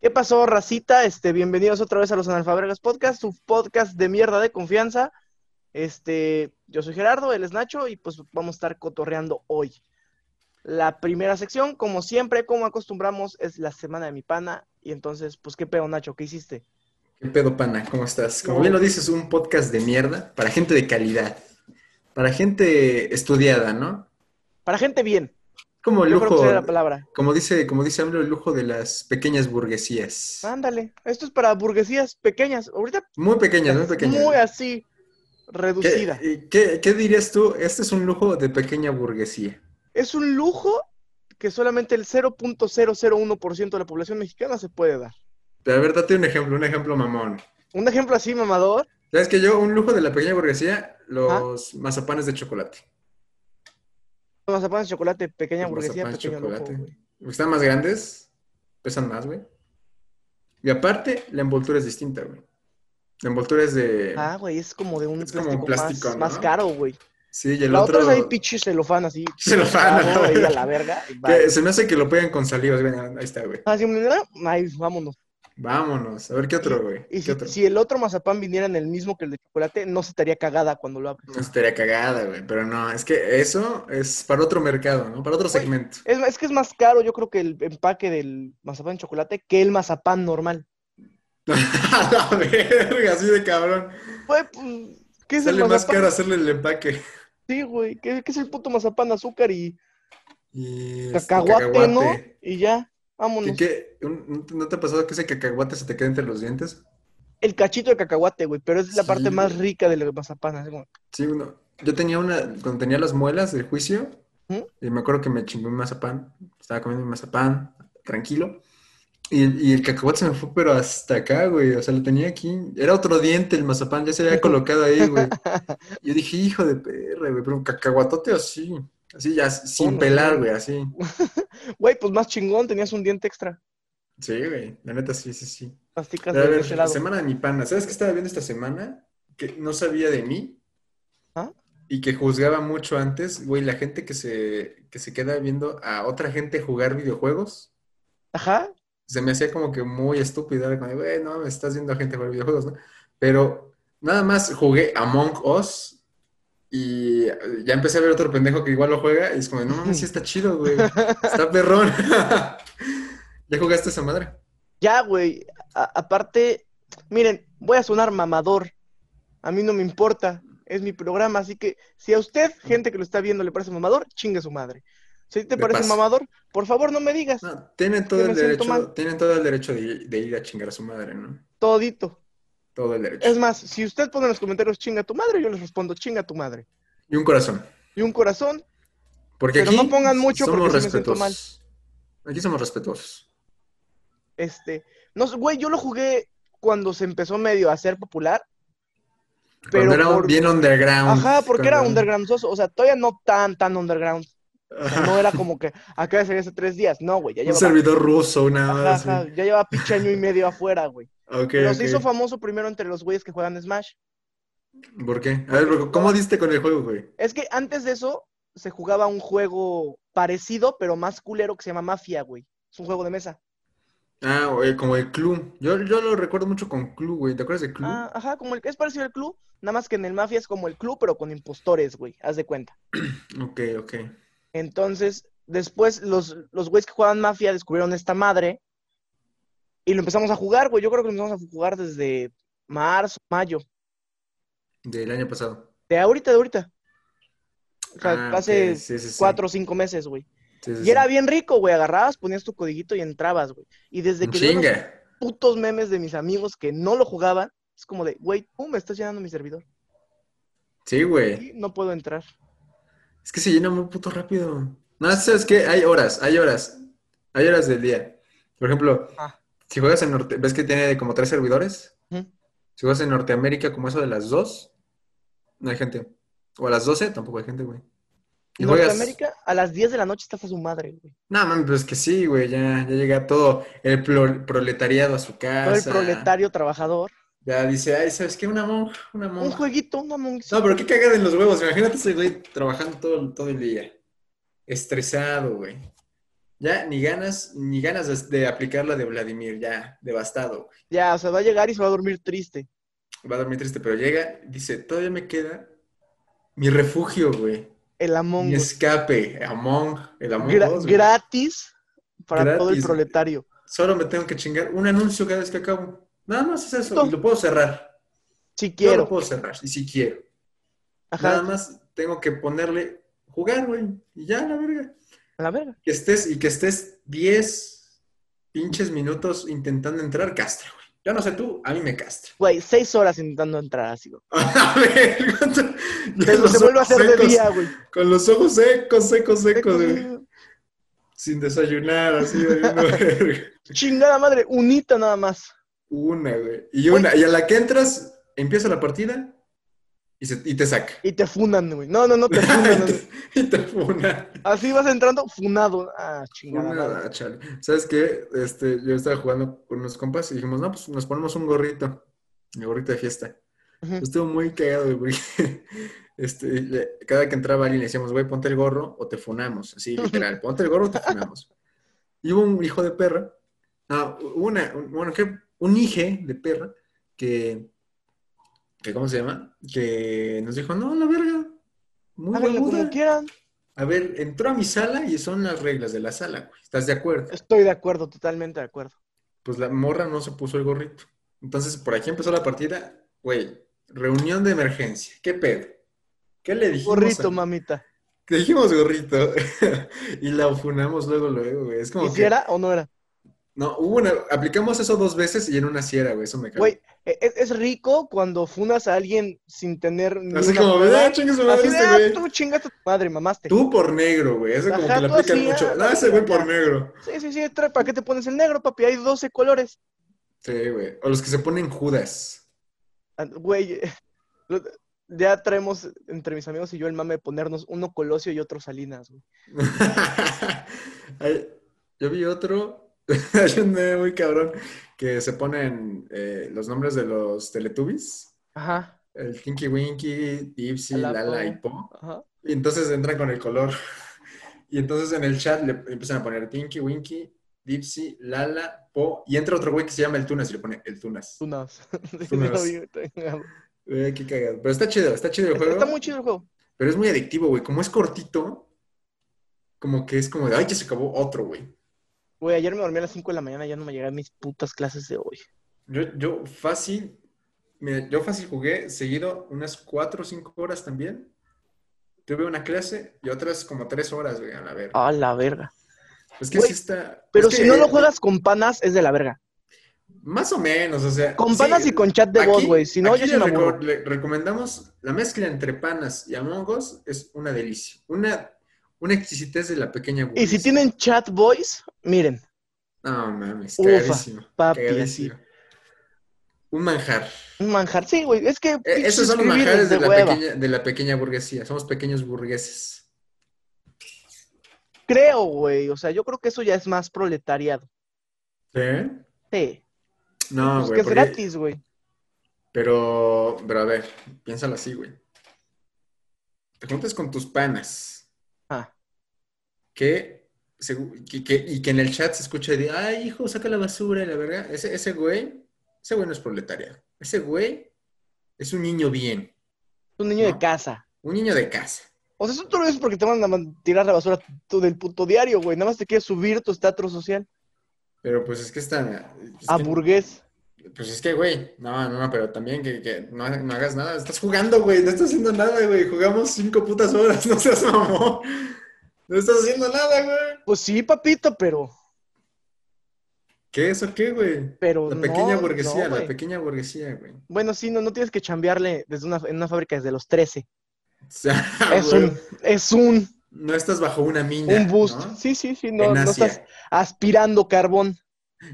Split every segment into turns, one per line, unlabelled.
¿Qué pasó, racita? Este, bienvenidos otra vez a los Analfabregas Podcast, su podcast de mierda de confianza. Este, yo soy Gerardo, él es Nacho y pues vamos a estar cotorreando hoy. La primera sección, como siempre, como acostumbramos, es la semana de mi pana. Y entonces, pues, ¿qué pedo, Nacho? ¿Qué hiciste?
¿Qué pedo, pana? ¿Cómo estás? Como bien lo dices, un podcast de mierda para gente de calidad, para gente estudiada, ¿no?
Para gente bien.
Como el
Yo creo que
lujo,
sería la palabra.
como dice, como dice AMLO, el lujo de las pequeñas burguesías.
Ándale, esto es para burguesías pequeñas. Ahorita
Muy pequeñas, muy pequeñas.
muy así,
¿Qué,
reducida.
eh, qué- qué dirías tú? Este es un lujo de pequeña burguesía.
Es un lujo que solamente el 0.001% de la población mexicana se puede dar.
Pero a ver, date un ejemplo, un ejemplo mamón.
Un ejemplo así, mamador.
¿Sabes que yo, un lujo de la pequeña burguesía, los mazapanes de chocolate?
Mazapanes de chocolate, pequeña
Los
burguesía,
mazapanes de
pequeño lujo.
chocolate.
güey.
Están más grandes, pesan más, güey. Y aparte, la envoltura es distinta, güey. La envoltura es de...
Ah, güey, es como de un
Es como
plástico,
plástico,
más,
¿no?
más caro, güey.
Sí, y el
La
otro...
otra es ahí pinche celofán así.
Celofán,
pegado
¿no?
ahí a la verga. y Ah, va.
Que se me hace que lo pegan con salivas, güey. Ahí está, güey.
Así, mira, ahí, vámonos.
Vámonos. A ver, ¿qué otro, güey?
Y
¿Qué
si,
otro?
si el otro mazapán viniera en el mismo que el de chocolate, no se estaría cagada cuando lo abres.
No estaría cagada, güey. Pero no, es que eso es para otro mercado, ¿no? Para otro
Güey.
segmento.
Es, es que es más caro, yo creo que el empaque del mazapán de chocolate que el mazapán normal.
A la verga, así de cabrón.
Güey, pues, ¿qué es
Sale
el
más
mazapán?
caro hacerle el empaque.
Sí, güey. ¿Qué, qué es el puto mazapán azúcar y
Y este,
cacahuate, no? Y ya,
¿Qué-
vámonos.
qué? ¿Un- un- ¿No te ha pasado que ese cacahuate se te queda entre los dientes?
El cachito de cacahuate, güey, pero es la
Sí,
parte más
güey.
rica del mazapán. así como-
Sí, uno. Yo tenía una, cuando tenía las muelas del juicio,
¿Mm?
y me acuerdo que me chingó un mazapán. Estaba comiendo mi mazapán, tranquilo. Y, y el cacahuate se me fue, pero hasta acá, güey. O sea, lo tenía aquí. Era otro diente el mazapán, ya se había colocado ahí, güey. Yo dije, hijo de perra, güey, pero un cacahuatote así. Así ya, sin
Bueno,
pelar,
sí.
güey, así.
Güey, pues más chingón, tenías un diente extra.
Sí, güey. La neta, sí, sí, sí.
Pasticas
Pero a
de, de
ver,
ese lado.
semana de mi pana. ¿Sabes qué estaba viendo esta semana? Que no sabía de mí.
¿Ah?
Y que juzgaba mucho antes, güey, la gente que se, que se queda viendo a otra gente jugar videojuegos.
Ajá.
Se me hacía como que muy estúpida. era Como, de, güey, no, me estás viendo a gente jugar videojuegos, ¿no? Pero nada más jugué Among Us. Y ya empecé a ver otro pendejo que igual lo juega. Y es como, no mames, sí está chido, güey. Está perrón. ¿Ya jugaste esa madre?
Ya, güey. a- Aparte, miren, voy a sonar mamador. A mí no me importa. Es mi programa, así que si a usted, gente que lo está viendo, le parece mamador, chingue su madre. Si a ti te
De
parece
paso.
mamador, por favor no me digas.
No, tienen Ah, todo
que
el
me siento
derecho,
mal.
tienen todo el derecho de, de ir a chingar a su madre, ¿no?
Todito.
Todo el derecho.
Es más, si usted pone en los comentarios chinga tu madre, yo les respondo chinga tu madre.
Y un corazón.
Y un corazón,
Porque
Pero
aquí
no pongan mucho
somos
porque sí me siento
respetuosos. Aquí somos respetuosos.
este. No sé, güey, yo lo jugué cuando se empezó medio a ser popular. Pero
Cuando era
por-
bien underground.
Ajá, porque era
cuando-
undergroundoso. O sea, todavía no tan, tan underground. O sea,
Ajá.
no era como que acá de hace tres días. No, güey, ya
Un
llevaba,
servidor ruso, una hora
ajá, ajá, ya llevaba pinche año y medio afuera, güey.
Ok,
Pero
ok.
se hizo famoso primero entre los güeyes que juegan Smash.
¿Por qué? A ver, pero ¿cómo diste con el juego, güey?
Es que antes de eso se jugaba un juego parecido, pero más culero que se llama Mafia, güey. Es un juego de mesa.
Ah, güey, como el club. Yo, yo lo recuerdo mucho con club, güey. ¿Te acuerdas de club?
Ah, ajá, como el que es parecido al club, nada más que en el Mafia es como el club, pero con impostores, güey. Haz de cuenta.
Ok, ok.
Entonces, después los, los güeyes que jugaban Mafia descubrieron esta madre y lo empezamos a jugar, güey. Yo creo que lo empezamos a jugar desde marzo, mayo,
Del año pasado.
de ahorita, de ahorita. O sea,
Ah,
hace
ok, sí, sí, sí.
cuatro o cinco meses, güey.
Sí, sí,
Y era
sí.
bien rico, güey. Agarrabas, ponías tu codiguito y entrabas, güey. Y desde que veo los
Chinga.
putos memes de mis amigos que no lo jugaban, es como de, güey, tú me estás llenando mi servidor.
Sí, güey.
Y no puedo entrar.
Es que se llena muy puto rápido. No, ¿sabes qué? Hay horas, hay horas. Hay horas del día. Por ejemplo,
Ah.
si juegas en Norte... ¿Ves que tiene como tres servidores?
Ujú.
Si juegas en Norteamérica como eso de las 2, no hay gente. O a las 12 tampoco hay gente, güey. Y juegas...
Norteamérica, a las 10 de la noche estás a su madre, güey.
No, mames, pero es que sí, güey. Ya, ya llega todo el pro- proletariado a su
Todo el
casa.
proletario trabajador.
Ya dice, ay, ¿sabes qué? Una monja, una
Un
monja.
jueguito, una monguita.
No, pero qué cagada en los huevos. Imagínate ese güey trabajando todo, todo el día. Estresado, güey. Ya ni ganas, ni ganas de, de aplicar la de Vladimir, ya, devastado. güey.
Ya, o sea, va a llegar y se va a dormir triste.
Va a dormir triste, pero llega, dice, todavía me queda mi refugio, güey.
El Among
Mi
Us.
escape, Among, el Among
Gra-
Us, güey.
gratis para todo el
Gratis.
proletario.
Solo me tengo que chingar un anuncio cada vez que acabo. Nada más es eso,
Listo.
y lo puedo cerrar.
Si
Yo
quiero.
lo puedo cerrar, y si quiero.
Ajá.
pues, Nada más tengo que ponerle jugar, güey, y ya, la verga.
A la verga.
Que estés, y que estés 10 pinches minutos intentando entrar, castra, güey. Yo no sé tú, a mí me castra.
Güey, seis horas intentando entrar así, güey.
A ver, con tu-
Pero
los
se vuelve a hacer de
ojos
día, güey.
secos, Con los ojos secos, secos, secos, güey. Sin desayunar, así, valiendo verga.
Chingada madre, unita nada más.
Una, güey. Y una. Y a la que entras, empieza la partida y, se- y te saca.
Y te funan, güey. No, no, no te funan. no, no.
y te funa.
Así vas entrando funado. Ah, chingada madre.
Una, chale. ¿Sabes qué? Este, yo estaba jugando con unos compas y dijimos, no, pues nos ponemos un gorrito. Un gorrito de fiesta.
Ujú.
Estuvo muy cagado, güey. porque, Este, le- cada que entraba alguien le decíamos, güey, ponte el gorro o te funamos. Así, literal, ponte el gorro o te funamos. Y hubo un hijo de perra, no, una, un- bueno, que un hije de perra que, que, ¿cómo se llama? Que nos dijo, no, la verga, muy
Háganlo
huevuda.
como quieran.
A ver, entró a mi sala y son las reglas de la sala, güey. ¿Estás de acuerdo?
Estoy de acuerdo, totalmente de acuerdo.
Pues la morra no se puso el gorrito. Entonces, por aquí empezó la partida, güey, reunión de emergencia. ¿Qué pedo? ¿Qué le dijimos?
Gorrito,
a-
mamita.
Le dijimos gorrito. y la funamos luego, luego, güey. Es como
¿Y
que...
si era o no era?
No, hubo una... Aplicamos eso dos veces y en una sierra, güey. Eso me cago.
Güey, e- es, es rico cuando funas a alguien sin tener. ni
Así
una
como,
prueba.
¿verdad? Chingue su madre
Así de,
este
ah,
güey.
tú chingas a tu madre, mamaste.
Tú por negro, güey. Eso como
Ajá,
que
tú
lo aplican
así, ah,
mucho. No, ese güey por
ya.
negro.
Sí, sí, sí, trae, ¿para qué te pones el negro, papi? Hay 12 colores.
Sí, güey. O los que se ponen Judas.
Ah, Güey, lo- ya traemos entre mis amigos y yo el mame de ponernos uno Colosio y otro Salinas, güey.
Ay, Yo vi otro, hay un meme muy cabrón, que se ponen eh, los nombres de los Teletubbies,
Ajá,
el Tinky Winky, Dipsy,
A la
Lala
Po.
y Po,
ajá.
y entonces entran con el color. Y entonces en el chat le empiezan a poner Tinky Winky, Dipsy, Lala, Po, y entra otro güey que se llama el Tunas y le pone el Tunas.
Tunas. Sí, sí,
Tunas.
lo vi, está cagado.
Eh, qué cagado. Pero está chido, está chido el
Está-
juego.
Está muy chido el juego.
Pero es muy adictivo, güey. Como es cortito, como que es como de, ay, ya se acabó otro, güey.
Güey, ayer me dormí a las 5 de la mañana, ya no me llegaron mis putas clases de hoy.
Yo, yo fácil, mira, yo fácil jugué seguido unas 4 o 5 horas también. Tuve una clase y otras como 3 horas, güey, a la verga.
A la verga.
es que
Ah, güey,
sí está.
Pero
es
si
que,
no
eh,
lo juegas con panas, es de la verga.
Más o menos, o sea.
Con
sí,
panas y con chat de
aquí-
voz, güey. Si no,
aquí
yo sí
les
me
reco-
aburro.
le recomendamos la mezcla entre panas y Among Us es una delicia. Una, una exquisitez de la
Y
pequeña
si
burguesía.
tienen chat voice, miren,
No mames,
Ufa,
carísimo.
papi,
Un manjar.
un manjar. Sí, güey, es que.
Eh,
pinches
Esos son los
escribir
manjares
es
de la,
hueva.
pequeña, de la pequeña burguesía. Somos pequeños burgueses.
Creo, güey. O sea, yo creo que eso ya es más proletariado.
¿Eh?
Sí.
No,
pues
Ah, güey.
que es
porque-
gratis, güey.
Pero, pero a ver, piénsalo así, güey. Te juntas con tus panas,
Ah,
que, segu- que- que- y que en el chat se escucha de, ay, hijo, saca la basura, y la verdad. Ese, ese güey, ese güey no es proletario. Ese güey es un niño bien,
es un niño de
No.
casa.
un niño de casa.
O sea, eso tú lo dices porque te van a man- tirar la basura tú del puto diario, güey. Nada más te quieres subir tu estatus social.
Pero pues es que está... es
a
que-
burgués.
Pues es que, güey, no, no, no, pero también que, que no, ha- no hagas nada. Estás jugando, güey, no estás haciendo nada, güey. Jugamos cinco putas horas, no seas mamón. No estás haciendo nada, güey.
Pues sí, papito, pero.
¿Qué eso qué, güey?
pero
La
no,
pequeña
Pues no,
burguesía, la
güey.
pequeña burguesía, güey. O
Bueno, sí, no, no tienes que chambearle desde una, en una fábrica desde los 13.
sea,
es,
Ah, güey,
un, es un,
no estás bajo una mina.
un boost.
¿no?
Sí, sí, sí, no,
en
no
Asia.
estás aspirando carbón.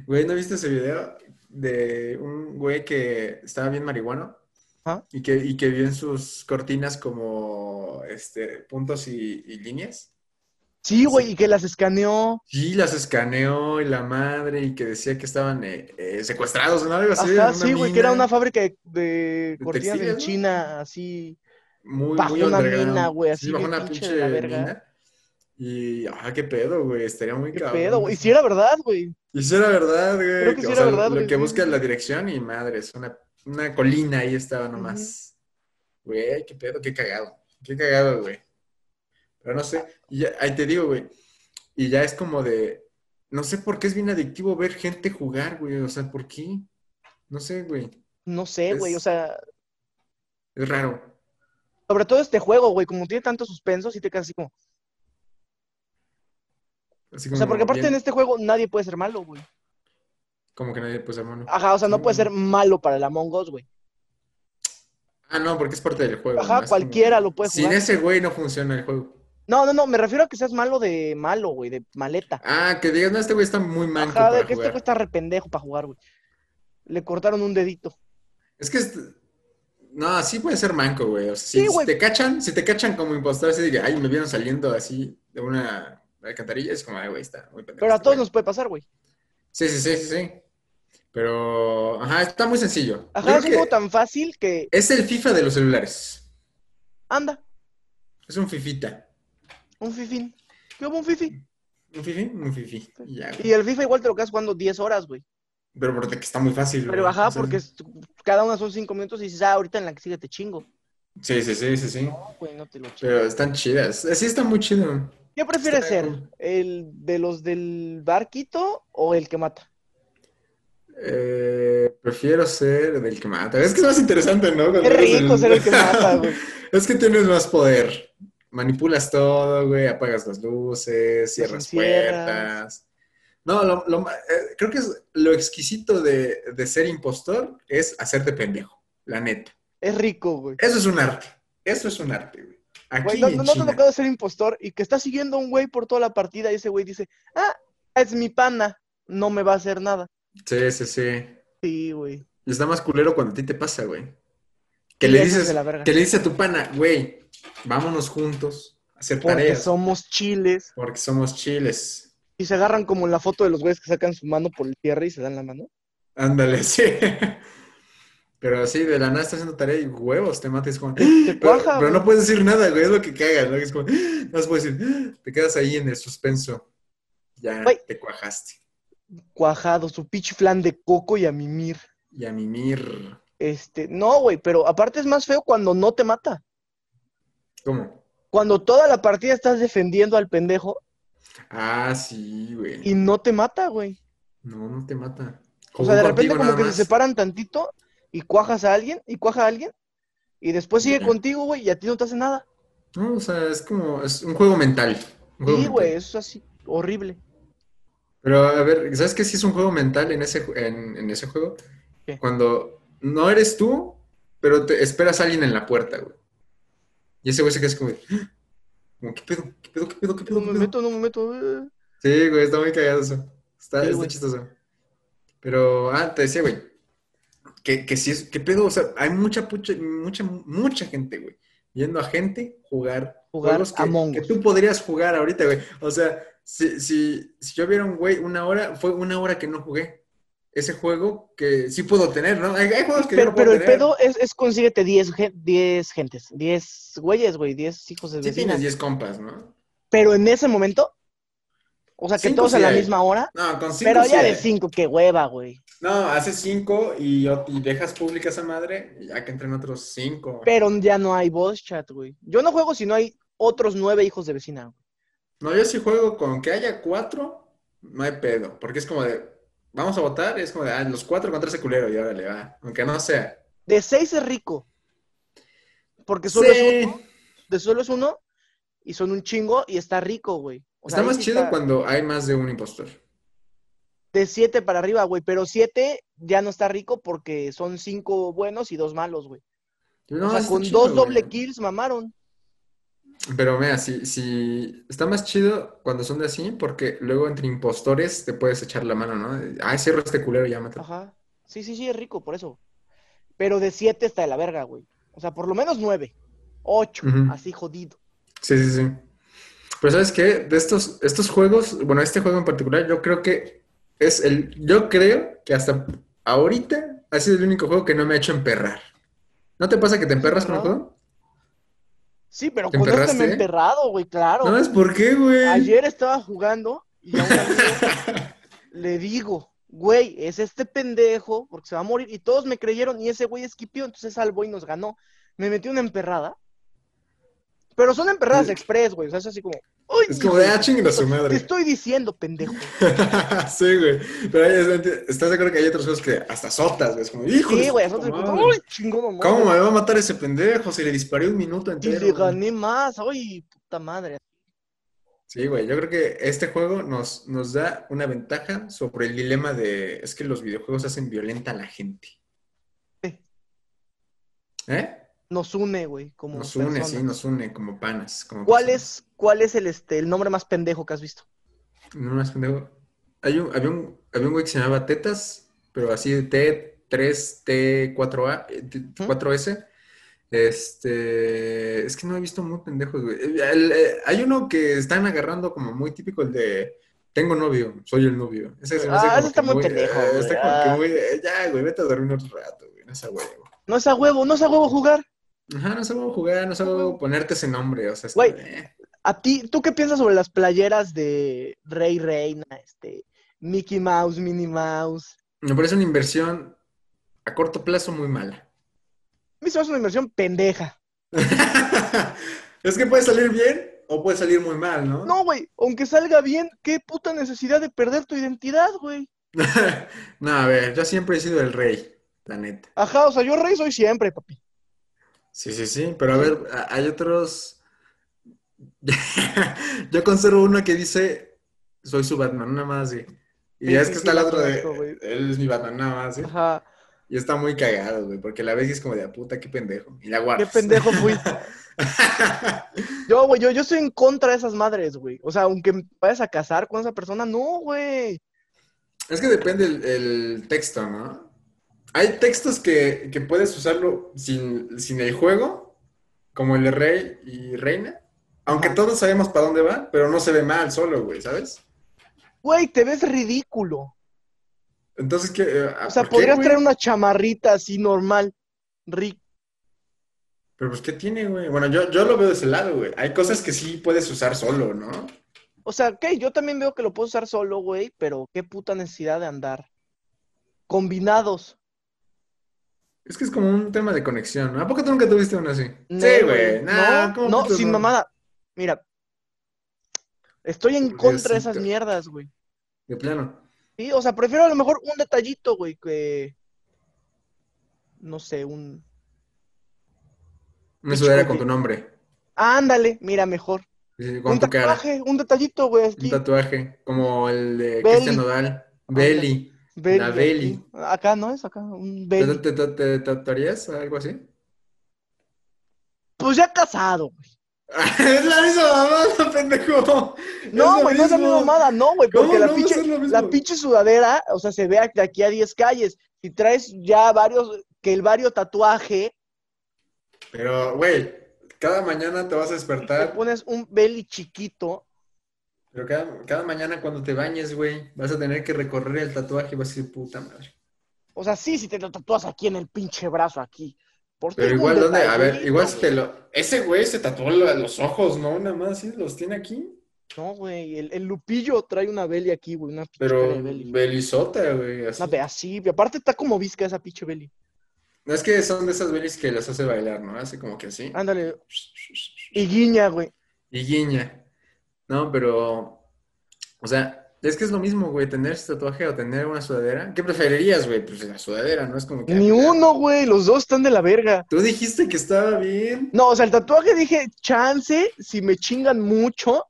Güey, ¿no viste ese video de un güey que estaba bien marihuano?
Ajá.
Y que, y que vio en sus cortinas como este, puntos y- y líneas.
Sí, güey,
Sí.
y que las escaneó.
Sí, las escaneó y la madre, y que decía que estaban eh, eh, secuestrados, ¿no? Algo así. en
Ajá,
una
sí, güey, que era
mina.
una fábrica de, de cortinas
textiles,
en
¿no?
China, así.
Muy,
bajo
muy
una
underground.
mina, güey, así
Sí, bajo
bien
una
pinche
pinche
de la verga.
mina. Y, ah, qué pedo, güey, estaría muy
¿Qué
cabrón.
pedo, güey? Y si era verdad, güey.
Y sí era verdad, güey.
Creo que sí
o
era
sea,
verdad,
lo
güey,
que
sí,
buscas
sí.
la dirección y madre, es una, una colina ahí estaba nomás. Güey, qué pedo, qué cagado. Qué cagado, güey. Pero no sé, y ya- ahí te digo, güey. Y ya es como de, no sé por qué es bien adictivo ver gente jugar, güey. O sea, ¿por qué? No sé, güey.
No sé,
Es-
güey. O sea,
Es raro.
sobre todo este juego, güey, como tiene tanto suspenso, sí te quedas así como.
Así
O
como,
sea, porque aparte
Mm, bien-
en este juego nadie puede ser malo, güey.
como que nadie pues, puso a mano.
Ajá, o sea, no
Sí,
puede
güey.
ser malo para el Among Us, güey.
Ah, no, porque es parte del juego.
Ajá,
¿no? Es
cualquiera
como-
lo puede
Sin
jugar.
ese güey no funciona el juego.
No, no, no, me refiero a que seas malo de malo, güey, de maleta.
Ah, que digas, no, este güey está muy manco
Ajá, de
para
que este
jugar.
güey está rependejo para jugar, güey. Le cortaron un dedito.
Es que este- no, sí puede ser manco, güey. O sea, si,
Sí,
si
güey.
te cachan, si te cachan como impostor, así de que, ay, me vieron saliendo así de una alcantarilla, es como, ay, güey, está muy pendejo.
Pero a
este
todos
güey".
nos puede pasar, güey.
Sí, sí, sí, sí, sí. Pero, ajá, está muy sencillo. Yo
Ajá,
creo
es un
que
juego tan fácil que.
Es el FIFA de los celulares.
Anda,
Es un fifita.
un fifín. ¿Qué hubo un fifi?
¿Un fifi? Un fifi. Y ya, güey.
Y el FIFA igual te lo quedas jugando 10 horas, güey.
Pero porque está muy fácil,
Pero
güey.
ajá,
O sea,
porque es- cada una son 5 minutos y dices, ah, ahorita en la que sigue te chingo.
Sí, sí, sí, sí, sí.
No, güey, no te lo chingo.
Pero están chidas. Sí, está muy chido.
¿Qué prefieres
Está
ser?
cool.
¿El de los del barquito o el que mata?
Eh, prefiero ser del que mata. Es que es más interesante, ¿no? Cuando
Qué
eres
rico ser el que mata, güey.
es que tienes más poder. Manipulas todo, güey. Apagas las luces, cierras
encierras.
puertas. No, lo, lo ma- eh, creo que es lo exquisito de, de ser impostor es hacerte pendejo, la neta.
Es rico, güey.
Eso es un arte. Eso es un arte, güey. Aquí
Güey, no,
en
no- no te ha
China.
tocado ser impostor y que está siguiendo a un güey por toda la partida y ese güey dice, ah, es mi pana, no me va a hacer nada.
Sí, sí, sí.
Sí, güey.
Y Está más culero cuando a ti te pasa, güey. Que
Sí,
le
eso es
dices,
de la verga.
que le dices a tu pana, güey, vámonos juntos a hacer
Porque
tareas.
somos chiles
Porque somos chiles.
y se agarran como en la foto de los güeyes que sacan su mano por el tierra y se dan la mano.
Ándale, sí. Pero sí, de la nada estás haciendo tarea y huevos, te mates con.
Te
Pero,
cuaja,
pero
güey.
no puedes decir nada, güey, es lo que cagas, ¿no? Es como, "Ah, no más puedes decir, te quedas ahí en el suspenso. Ya
Güey.
te cuajaste.
Cuajado, su pinche flan de coco y a mimir.
Y a mimir.
Este, no, güey, pero aparte es más feo cuando no te mata.
¿Cómo?
Cuando toda la partida estás defendiendo al pendejo
Ah, sí, güey.
y no te mata, güey.
No, no te mata.
O sea, de repente
Jugó contigo
como
nada
que
más.
se separan tantito y cuajas a alguien y cuaja a alguien y después sigue
Ya.
contigo, güey, y a ti no te hace nada.
No, o sea, es como, es un juego mental. Un juego
Sí, güey,
mental.
eso es así, horrible.
Pero a ver, ¿sabes qué sí es un juego mental en ese, ju- en, en ese juego?
¿Qué?
Cuando no eres tú, pero te esperas a alguien en la puerta, güey. Y ese güey se queda así como, de, "Ah", como, ¿qué pedo? ¿Qué pedo? ¿Qué pedo? ¿Qué
No
pedo?
me
¿Qué pedo?
meto, no me meto. eh.
Sí, güey, está muy cagado eso. Está,
Sí,
está
güey.
chistoso. Pero, ah, te decía, güey, que, que sí es, ¿qué pedo? O sea, hay mucha, pucha- mucha, mucha gente, güey, viendo a gente jugar
Jugar
juegos que,
Among
que
Us.
tú podrías jugar ahorita, güey. O sea, si, si, si yo viera un güey una hora, fue una hora que no jugué. Ese juego que sí puedo tener, ¿no? Hay, hay juegos que yo
Pero,
no puedo
pero el
tener.
pedo es, es consíguete 10 gen- 10 gentes, 10 güeyes, güey, 10 hijos de
Sí tienes
vecinas.
10 compas, ¿no?
pero en ese momento, o sea, que
Cinco
todos a
sí
la
hay.
misma hora,
No, con 5
pero ya de 5, qué hueva, güey.
No, haces 5 y, y dejas pública esa madre y ya que entren otros 5.
Pero ya no hay voice chat, güey. Yo no juego si no hay otros 9 hijos de vecina. güey.
No, yo sí juego con que haya cuatro, no hay pedo. Porque es como de, vamos a votar, y es como de, ah, los cuatro contra ese culero, y órale, va. Aunque no sea.
De 6 es rico. Porque solo es
Sí.
uno. de solo es uno y son un chingo y está rico, güey. O sea,
Está
ahí
más
sí
chido
está
cuando hay más de un impostor.
De siete para arriba, güey, pero siete ya no está rico porque son cinco buenos y dos malos, güey.
No,
o sea,
está
con
chido,
dos
güey.
doble kills mamaron.
Pero mira, si, si está más chido cuando son de así, porque luego entre impostores te puedes echar la mano, ¿no? Ah, cierro este culero, ya mátalo.
Ajá. Sí, sí, sí, es rico, por eso. Pero de siete está de la verga, güey. O sea, por lo menos nueve. Ocho,
Ujú.
así jodido.
Sí, sí, sí. Pero ¿sabes qué? De estos, estos juegos, bueno, este juego en particular, yo creo que es el, yo creo que hasta ahorita ha sido el único juego que no me ha hecho emperrar. ¿No te pasa que te emperras con un
emperrado?
juego?
Sí, pero
¿Te
con este
emperraste?
me he emperrado, güey, claro.
No ¿Sabes por qué, güey?
Ayer estaba jugando y a un amigo le digo, güey, es este pendejo porque se va a morir. Y todos me creyeron y ese güey esquipió, entonces salvó y nos ganó. Me metió una emperrada. Pero son emperradas
Sí.
express, güey. O sea, es así como, uy,
Es como de, ah, chinguen a su
te
madre.
estoy diciendo, pendejo.
sí, güey. Pero ahí es- estás de acuerdo que hay otros juegos que hasta sotas, güey. Es como, hijo.
Sí,
de
güey,
su puta
nosotros
madre.
uy, chingón, amor.
¿Cómo me va a matar ese pendejo? Si le disparé un minuto
Y
entero.
le
güey.
gané más, ay, puta madre.
Sí, güey. Yo creo que este juego nos, nos da una ventaja sobre el dilema de es que los videojuegos hacen violenta a la gente.
Sí.
¿Eh?
Nos une, güey, como
Nos une,
personas.
sí, nos une como panas. Como
¿Cuál
personas.
es, cuál es el, este, el nombre más pendejo que has visto?
No más pendejo. Hay un, había, un, había un güey que se llamaba Tetas, pero así de T3, T4A, eh, T- T4S. Este, es que no he visto muy pendejos, güey. Eh, el, eh, hay uno que están agarrando como muy típico, el de tengo novio, soy el novio. Ese se me hace
Ah,
como
ese está
que
muy pendejo,
eh,
güey,
está como que
ah.
muy, eh, ya, güey, vete a dormir otro rato, güey, no es a huevo.
No es a huevo, no es a huevo jugar.
Ajá, no es a huevo jugar, no es a huevo ponerte ese nombre, o sea, está-
Güey.
eh.
¿A ti, tú qué piensas sobre las playeras de Rey Reina, este, Mickey Mouse, Minnie Mouse?
Me parece una inversión a corto plazo muy mala.
A mí se me hace una inversión pendeja.
es que puede salir bien o puede salir muy mal, ¿no?
No, güey, aunque salga bien, qué puta necesidad de perder tu identidad, güey.
no, a ver, yo siempre he sido el rey, la neta.
Ajá, o sea, yo rey soy siempre, papi.
Sí, sí, sí, pero a ver, a- hay otros... yo conservo uno que dice, soy su Batman, nada más, güey. Y
Sí,
ya es
sí, sí,
que está el
lo
otro de,
conozco, güey.
él es mi Batman, nada más, güey.
Ajá,
Y está muy cagado, güey, porque la ves y es como de, "Ah, puta, qué pendejo. Y la
qué
guardas.
pendejo fui. Yo, güey, yo, yo estoy en contra de esas madres, güey. O sea, aunque me vayas a casar con esa persona, no, güey.
Es que depende el, el texto, ¿no? Hay textos que, que puedes usarlo sin, sin el juego, como el de rey y reina. Aunque
Ajá.
todos sabemos para dónde va, pero no se ve mal solo, güey, ¿sabes?
Güey, te ves ridículo.
Entonces, ¿qué? Eh,
O
ah,
sea,
¿por qué,
podrías
güey?
traer una chamarrita así normal, rica.
Pero pues, ¿qué tiene, güey? Bueno, yo, yo lo veo de ese lado, güey. Hay cosas que sí puedes usar solo, ¿no?
O sea, ok, yo también veo que lo puedo usar solo, güey, pero qué puta necesidad de andar. Combinados.
Es que es como un tema de conexión, ¿no? ¿A poco tú nunca tuviste uno así?
No,
sí, güey. Nah,
no,
¿cómo
no,
putas
sin
no?
mamada. Mira, estoy en contra de esas
Diosito.
mierdas, güey.
De plano.
Sí, o sea, prefiero a lo mejor un detallito, güey, que. No sé, un.
Una sudadera
Pichuti.
con tu nombre.
Ándale, mira, mejor.
sí, Con
Un
tu cara.
tatuaje, un detallito, güey,
Un
aquí.
tatuaje, como el de
Belly.
Cristian Nodal. Belly.
Belly,
la belly.
aquí. Acá, ¿no es? Acá, un
¿Te,
belly.
te- te- te tatuarías o algo así?
Pues ya casado, güey.
es la misma mamada, pendejo.
No,
lo
güey, no es la
mismo.
misma mamada, no, güey,
¿Cómo
porque la
no va a
pinche.
ser lo mismo?
la pinche sudadera, o sea, se ve de aquí a 10 calles. Si traes ya varios, que el vario tatuaje,
Pero, güey, cada mañana te vas a
te
despertar.
pones un belly chiquito.
Pero cada, cada mañana cuando te bañes, güey, vas a tener que recorrer el tatuaje y vas a decir, puta madre.
O sea, sí, si te lo tatúas aquí en el pinche brazo, aquí. Por
Pero
tener un
igual, ¿dónde? A
detallito,
ver, igual
güey.
se te lo. Ese güey se tatuó lo- los ojos, ¿no? Nada más, ¿sí? Los tiene aquí.
No, güey, el, el lupillo trae una belly aquí, güey, una pinche cara
Pero,
de belly.
belizota, güey. así.
Una be- así, y aparte está como visca esa pinche belly.
No es que son de esas velis que las hace bailar, ¿no? Hace como que así.
Ándale, y guiña, güey.
Y guiña. No, pero. O sea, es que es lo mismo, güey, tener ese tatuaje o tener una sudadera. ¿Qué preferirías, güey? Pues la sudadera, ¿no? Es como que.
Ni uno, güey, los dos están de la verga.
Tú dijiste que estaba bien.
No, o sea, el tatuaje dije, chance, si me chingan mucho.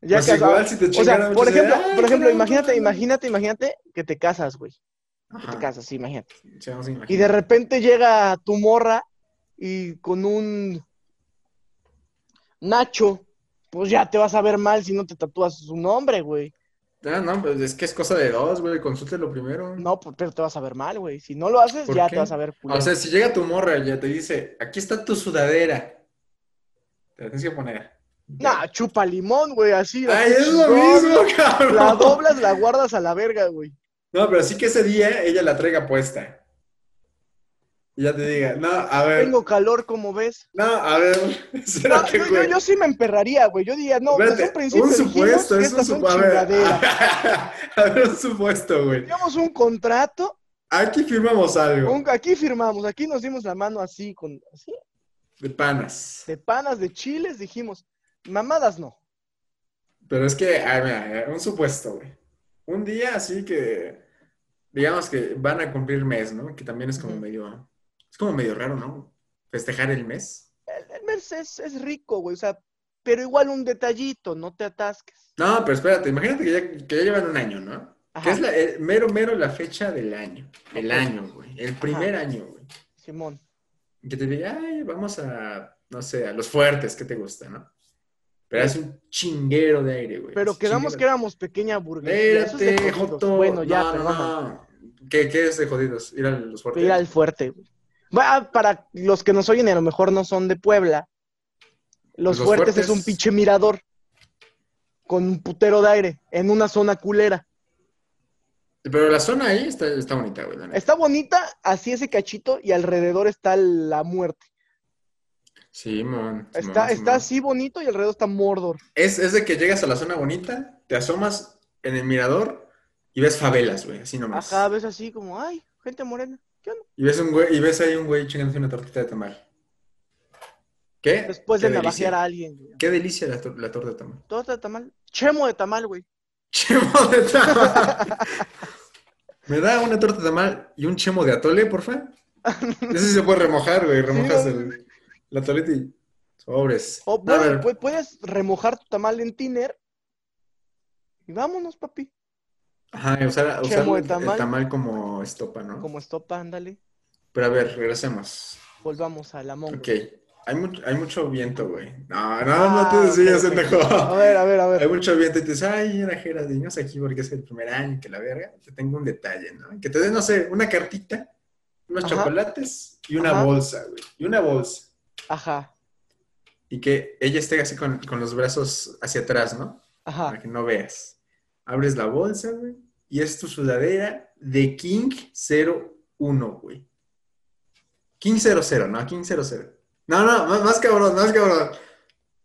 Ya
Pues
que
igual si te
O
chingaran
sea,
mucho,
por ejemplo,
ay,
por ejemplo,
qué
imagínate,
loco.
imagínate, imagínate que te casas, güey. Que
Ajá,
te casas, sí, imagínate.
sí, vamos a imaginar.
Y de repente llega tu morra y con un Nacho, pues ya te vas a ver mal si no te tatúas su nombre, güey.
Ah, no, pues es que es cosa de dos, güey. Consúltelo primero.
No, pues, pero te vas a ver mal, güey. Si no lo haces,
¿Por
ya
qué?
te vas a ver culero.
O sea, si llega tu morra y ya te dice, aquí está tu sudadera. Te la tienes que poner.
Nah, chupa limón, güey, así.
Ay,
así
es lo
chingón.
mismo, cabrón.
La doblas, la guardas a la verga, güey.
No, pero sí que ese día ella la traiga puesta. y ya te diga, no, a ver.
Tengo calor, como ves.
No, a ver.
No,
espérate,
yo, yo,
güey.
yo sí me emperraría, güey. Yo diría, no,
Espérate,
desde un principio
un
dijimos
supuesto,
que
es un
estas son
supuesto. A ver, ah,
chingaderas.
a ver, un supuesto, güey.
Teníamos un contrato,
Aquí firmamos algo.
un- aquí firmamos, aquí nos dimos la mano así, con, así,
De panas.
de panas, de chiles, dijimos, mamadas no.
Pero es que, ay, mira, eh, un supuesto, güey. Un día así que, digamos que van a cumplir mes, ¿no? Que también es como
Ujú.
medio, es como medio raro, ¿no? Festejar el mes.
El, el Merce es, es rico, güey, o sea, pero igual un detallito, no te atasques.
No, pero espérate, imagínate que ya, que ya llevan un año, ¿no? Que
Ajá,
es la, el- mero, mero la fecha del año. El
Ok.
año, güey. El primer año, güey.
Simón.
Que te diga, ay, vamos a, no sé, a los fuertes, que te gusta, no? Pero es un chinguero de aire, güey.
Pero
Es
quedamos
chinguero.
que éramos pequeña burguesía. eso es de
Pues, Espérate,
jodidos.
Joto.
Bueno, ya,
no, no,
perdón.
no. ¿Qué, qué es de jodidos? Ir a los fuertes.
Ir al fuerte. güey. Va, para los que nos oyen, y a lo mejor no son de Puebla. Los,
Los
fuertes,
fuertes.
es un pinche mirador con un putero de aire en una zona culera.
Pero la zona ahí está, está bonita, güey. la neta.
Está bonita, así ese cachito, y alrededor está la muerte.
Sí, mon. sí,
Está,
mon, sí,
está
mon.
así bonito y alrededor está Mordor.
Es, es de que llegas a la zona bonita, te asomas en el mirador y ves favelas, güey. Así nomás.
Ajá, ves así como, ay, gente morena. ¿Qué onda?
Y ves, un güey, y ves ahí un güey chingándose una tortita de tamal. ¿Qué?
Después
Eh, Qué
de
delicia.
navajear a alguien. güey.
Qué delicia la, tor- la torta de tamal.
Torta de tamal. Chemo de tamal, güey.
Chemo de tamal. ¿Me da una torta de tamal y un chemo de atole, por favor? Eso sí se puede remojar, güey. Remojas
Sí,
el, la atolete y sobres.
O
No, a
Oh, bueno, pues,
ver,
pu- puedes remojar tu tamal en tiner. Y vámonos, papi.
Ajá, usar, usar
chemo de
el, el
tamal.
tamal. como estopa, ¿no?
Como estopa, ándale.
Pero a ver, regresemos.
Volvamos a la mongo.
Ok. Hay, mucho hay mucho viento, güey. No, no,
Ah,
no te
ok,
decías,
ok.
pendejo.
A ver, a ver, a
Hay
ver.
mucho viento y te dices, ay, era Jera, niños aquí porque es el primer año, que la verga. Te tengo un detalle, ¿no? Que te den, no sé, una cartita, unos
Ajá.
chocolates y una
Ajá.
bolsa, güey. Y una bolsa.
Ajá,
Y que ella esté así con, con los brazos hacia atrás, ¿no? Para
ajá.
que no veas. Abres la bolsa, güey. Y es tu sudadera de King 01, güey. King 00, no, King 00. No, no, más, más cabrón, más cabrón.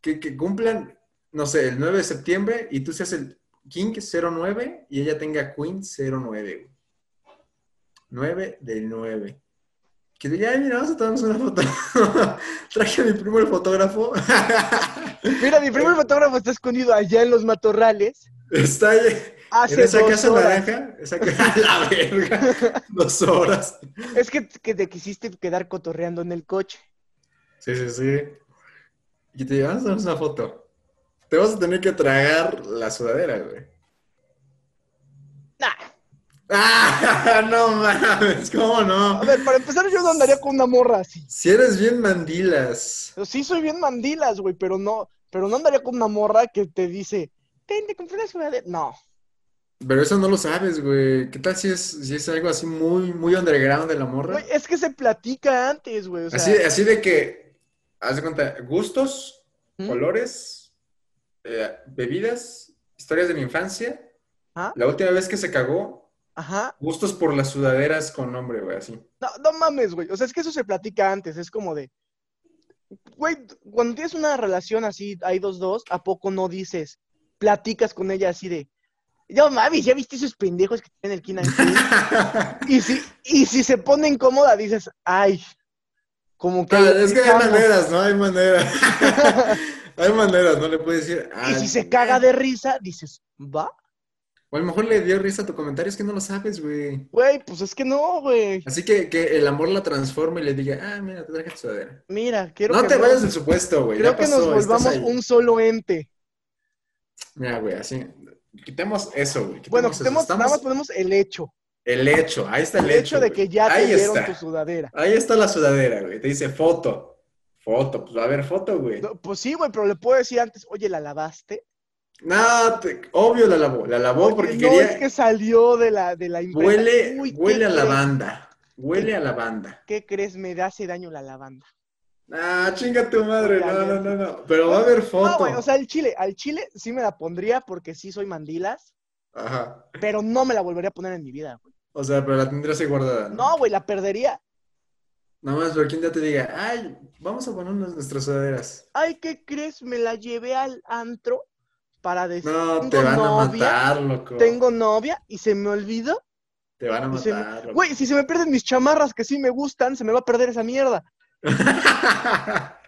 Que, que cumplan, no sé, el 9 de septiembre y tú seas el King 09 y ella tenga Queen 09, güey. 9 del 9. Que diga, ay, mira, vamos a tomarnos una foto. Traje a mi primo el fotógrafo.
Mira, mi primer fotógrafo está escondido allá en los matorrales.
Está ahí.
Hace
en esa
dos
casa
horas.
naranja, esa casa la verga, dos horas.
Es que, que te quisiste quedar cotorreando en el coche.
Sí, sí, sí. Y te llevas una foto. Te vas a tener que tragar la sudadera, güey.
Nah.
¡Ah! No mames, ¿cómo no?
A ver, para empezar, yo no andaría con una morra así.
Si eres bien mandilas.
Pero Sí, soy bien mandilas, güey, pero no, pero no andaría con una morra que te dice, ten, te compré una sudadera. No.
Pero eso no lo sabes, güey. ¿Qué tal si es, si es algo así muy, muy underground de la morra?
Güey, es que se platica antes, güey. O sea,
así, así de que, haz de cuenta, gustos,
¿Mm?
colores, eh, bebidas, historias de la infancia.
Ajá.
La última vez que se cagó,
Ajá.
gustos por las sudaderas con nombre, güey, así.
No, no mames, güey. O sea, es que eso se platica antes. Es como de. Güey, cuando tienes una relación así, hay dos, dos, ¿a poco no dices? Platicas con ella así de. No mames, ¿ya viste esos pendejos que tienen el King and Queen?" y, si, y si se pone incómoda, dices, ay. Como que.
Ah, es que hay
estamos".
maneras, ¿no? Hay maneras. hay maneras, no le puedes decir. "Ah,
Y
"Ay,
si se caga de risa, dices, va.
O a lo mejor le dio risa a tu comentario, es que no lo sabes, güey.
Güey, pues es que no, güey.
Así que, que el amor la transforme y le diga, ah, mira, te traje tu sudadera.
Mira, quiero
no
que.
te
nos-
vayas del supuesto, güey.
Creo
ya
que nos
pasó, estás
volvamos
ahí.
un solo ente.
Mira, güey, así. Quitemos eso, güey.
Bueno,
eso.
quitemos- nada
Estamos-
más ponemos el hecho.
El hecho, ahí está el,
El hecho de
güey.
que ya te
ahí
dieron
está.
tu sudadera.
Ahí está la sudadera, güey. Te dice foto. Foto, pues va a haber foto, güey. No,
No, pues sí, güey, pero le puedo decir antes, oye, ¿la lavaste?
te- obvio la lavó. La lavó
Oye,
porque
no,
quería.
es que salió de la, de la imprenta.
Huele,
Uy, ¿qué
huele a
crees?
lavanda. Huele a lavanda.
¿Qué crees? Me hace daño la lavanda.
Ah, chinga tu madre. No, no, no, no. Pero va a haber foto.
No, güey, o sea, al chile, al chile sí me la pondría porque sí soy mandilas,
Ajá.
pero no me la volvería a poner en mi vida, güey.
O sea, pero la tendrías ahí guardada.
No, güey, la perdería.
Nada más, pero quien ya te diga, ay, vamos a ponernos nuestras sudaderas.
Ay, ¿qué crees? Me la llevé al antro para decir.
No, te
tengo
van a
novia,
matar, loco.
Tengo novia y se me olvidó.
Te van a
y se me-
matar, loco.
Güey, si se me pierden mis chamarras que sí me gustan, se me va a perder esa mierda.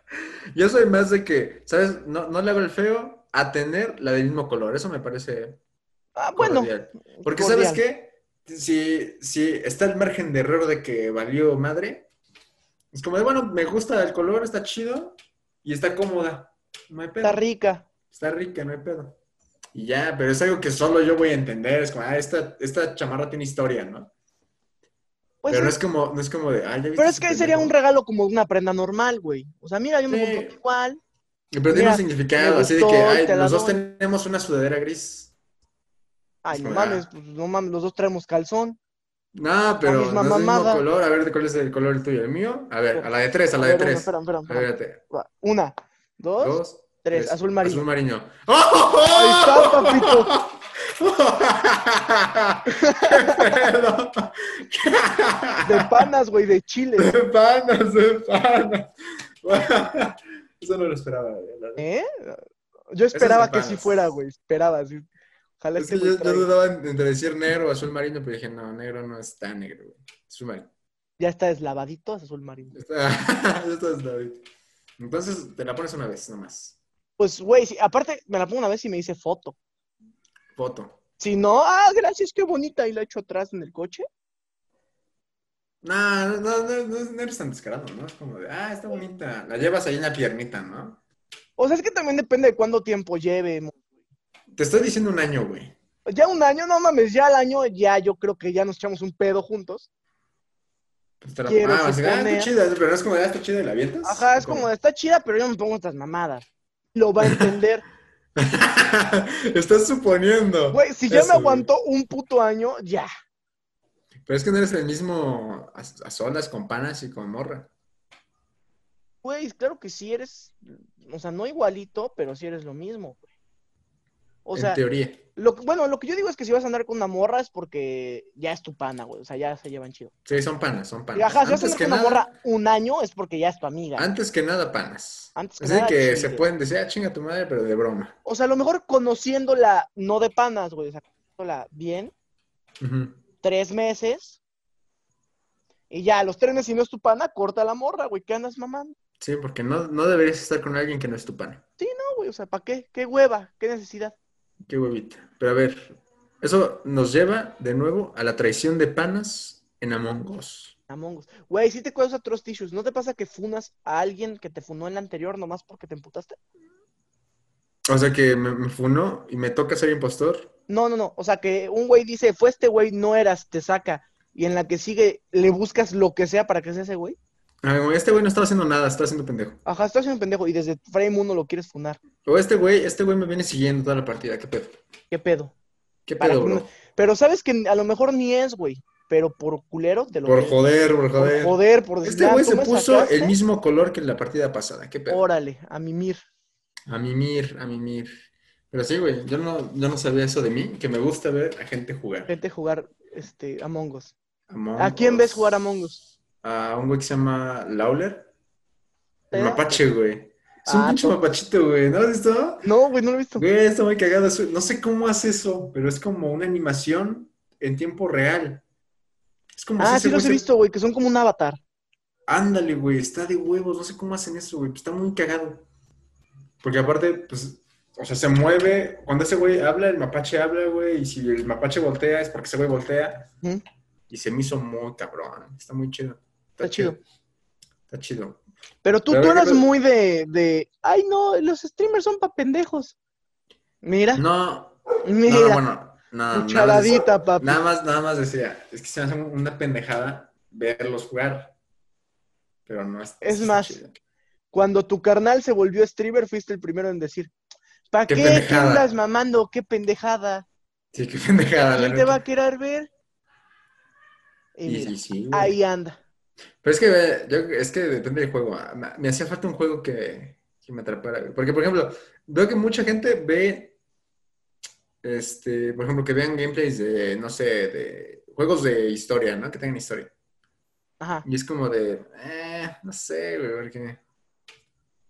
Yo soy más de que, ¿sabes? No, no le hago el feo a tener la del mismo color. Eso me parece
Ah, bueno.
cordial. Porque,
cordial.
¿sabes qué? Si, si está el margen de error de que valió madre, es como de, bueno, me gusta el color, está chido y está cómoda. No hay pedo.
Está rica.
Está rica, no hay pedo. Y ya, pero es algo que solo yo voy a entender. Es como, ah, esta, esta chamarra tiene historia, ¿no?
Pues
pero no
sí,
es como, no es como de, ah, ya viste
pero es
ese
que ahí sería un
pendejo".
regalo como una prenda normal, güey. O sea, mira, yo me
Sí.
compré una igual.
Pero tiene
Mira,
un significado,
me
así de
gustó
que,
y
ay,
te la
los dos
doy.
tenemos una sudadera gris.
Ay, no
Ah.
mames, pues no mames, los dos traemos calzón.
No, pero
misma
no es el mismo
mamada.
color. A ver, ¿cuál es el color tuyo? ¿El mío? A ver, a la de tres, a la
A
de
ver,
tres.
espera, espera,
A
espera.
ver, espérate.
Va, Una, dos,
dos,
tres. Azul marino.
Azul marino.
Ahí está, papito.
¡Qué
De panas, güey, de chile.
pedo! ¡De panas, de panas! Eso no lo esperaba. la verdad.
¿Eh? Yo
de
esperaba que sí
panas.
fuera, güey. Esperaba, sí. Ojalá
Es
este
que
güey
yo, yo
traiga.
dudaba en- entre decir negro o azul marino, pero dije, no, negro no está negro, güey. Azul marino.
Ya está deslavadito, es azul marino.
Está, esto es David. Entonces, te la pones una vez nomás.
Pues, güey, sí, aparte me la pongo una vez y me dice foto.
Foto.
Si no, ah, gracias, qué bonita. Y la echo atrás en el coche.
No, no, no, no, no- no eres tan descarado, ¿no? Es como de, ah, está bonita. La llevas ahí en la piernita, ¿no?
O sea, es que también depende de cuánto tiempo lleve. mo-
Te estoy diciendo un año, güey.
Ya un año, no mames, ya al año, ya yo creo que ya nos echamos un pedo juntos.
Pues te la
Quiero
ah, así, ah,
suponer-
está chida, pero no es como de, ah, está chida y la avientas.
Ajá, es
¿O cómo?
como, está chida, pero yo me pongo estas mamadas. Lo va a entender.
Estás suponiendo.
Güey, si ya
eso,
me
güey.
aguantó un puto año, ya.
Pero es que no eres el mismo a, a solas, con panas y con morra.
Güey, claro que sí eres, o sea, no igualito, pero sí eres lo mismo, güey. O sea,
en teoría.
lo, que- bueno, lo que yo digo es que si vas a andar con una morra es porque ya es tu pana, güey. O sea, ya se llevan chido.
Sí, son panas, son panas.
Y ajá, si vas a
antes
andar
que
con una
nada,
morra un año es porque ya es tu amiga.
antes que nada, panas.
Antes que
Así
nada,
que se
chingue.
pueden decir, ah, chinga tu madre, pero de broma.
O sea, a lo mejor conociéndola, no de panas, güey, o sea, conociéndola bien,
Ujú.
tres meses. Y ya, a los tres meses, si no es tu pana, corta la morra, güey. ¿Qué andas mamando?
Sí, porque no, no deberías estar con alguien que no es tu pana.
No, güey, o sea, ¿para qué? ¿Qué hueva? ¿Qué necesidad?
Qué huevita. Pero a ver, eso nos lleva de nuevo a la traición de panas en Among Us.
Among Us. Güey, si te causa trust issues, ¿no te pasa que funas a alguien que te funó en la anterior nomás porque te emputaste?
O sea que me, me funó y me toca ser impostor.
No, no, no. O sea, que un güey dice, fue este güey, no eras, te saca. Y en la que sigue, le buscas lo que sea para que sea ese güey.
Ah, como, este güey no estaba haciendo nada, estaba haciendo pendejo.
Ajá, estás siendo un pendejo y desde frame 1 lo quieres funar.
O este güey, este güey me viene siguiendo toda la partida, qué pedo.
¿Qué pedo?
¿Qué
Para
pedo,
que no-
bro?
Pero sabes que a lo mejor ni es, güey. Pero por culero te lo
Por
quieres-
joder, por
por
joder.
joder, por decir,
Este
"Ah,
güey
tú
se
me
puso
sacaste".
el mismo color que en la partida pasada, qué pedo.
Órale, a mimir.
A mimir, a mimir. Pero sí, güey, yo no, yo no sabía eso de mí, que me gusta ver a gente jugar.
Vete a jugar este, Among Us.
Among
¿A quién
Us.
ves jugar Among Us?
A un güey que se llama Lawler. El
¿Te da?
mapache, güey. Es un
¿Eh? Ah,
pinche
no.
mapachito, güey. ¿No has visto?
No, güey, no lo he visto.
Güey, está muy cagado. Es- No sé cómo hace eso, pero es como una animación en tiempo real. Es como
Ah,
ese
sí los
güey
he
se-
visto, güey, que son como un avatar.
Ándale, güey, está de huevos, no sé cómo hacen eso, güey, pues está muy cagado. Porque aparte, pues, o sea, se mueve, cuando ese güey habla, el mapache habla, güey, y si el mapache voltea es porque ese güey voltea,
Ujú.
y se me hizo muy cabrón, está muy chido.
Está chido.
Está chido.
Pero tú,
La
tú
verdad que
eras
no-
muy de, de, ay no, los streamers son pa' pendejos. Mira,
No,
mira,
no, bueno, no, nada más, decía-
cucharadita, papi.
nada más, nada más decía, es que se me hace una pendejada verlos jugar, pero no es,
Es
está
más,
chido.
Cuando tu carnal se volvió streamer, fuiste el primero en decir, ¿pa'
Qué
qué? ¿Qué
pendejada.
andas mamando? ¿Qué pendejada?
Sí, qué pendejada. la
¿Quién te
neta.
va a querer ver? Y
Y,
mira,
y sí, güey.
ahí anda.
Pero es que, ve, yo- es que depende del juego. Ah, Me, me hacía falta un juego que, que me atrapara. güey. Porque, por ejemplo, veo que mucha gente ve, este, por ejemplo, que vean gameplays de, no sé, de juegos de historia, ¿no? Que tengan historia.
Ajá.
Y es como de, eh, no sé, güey, porque,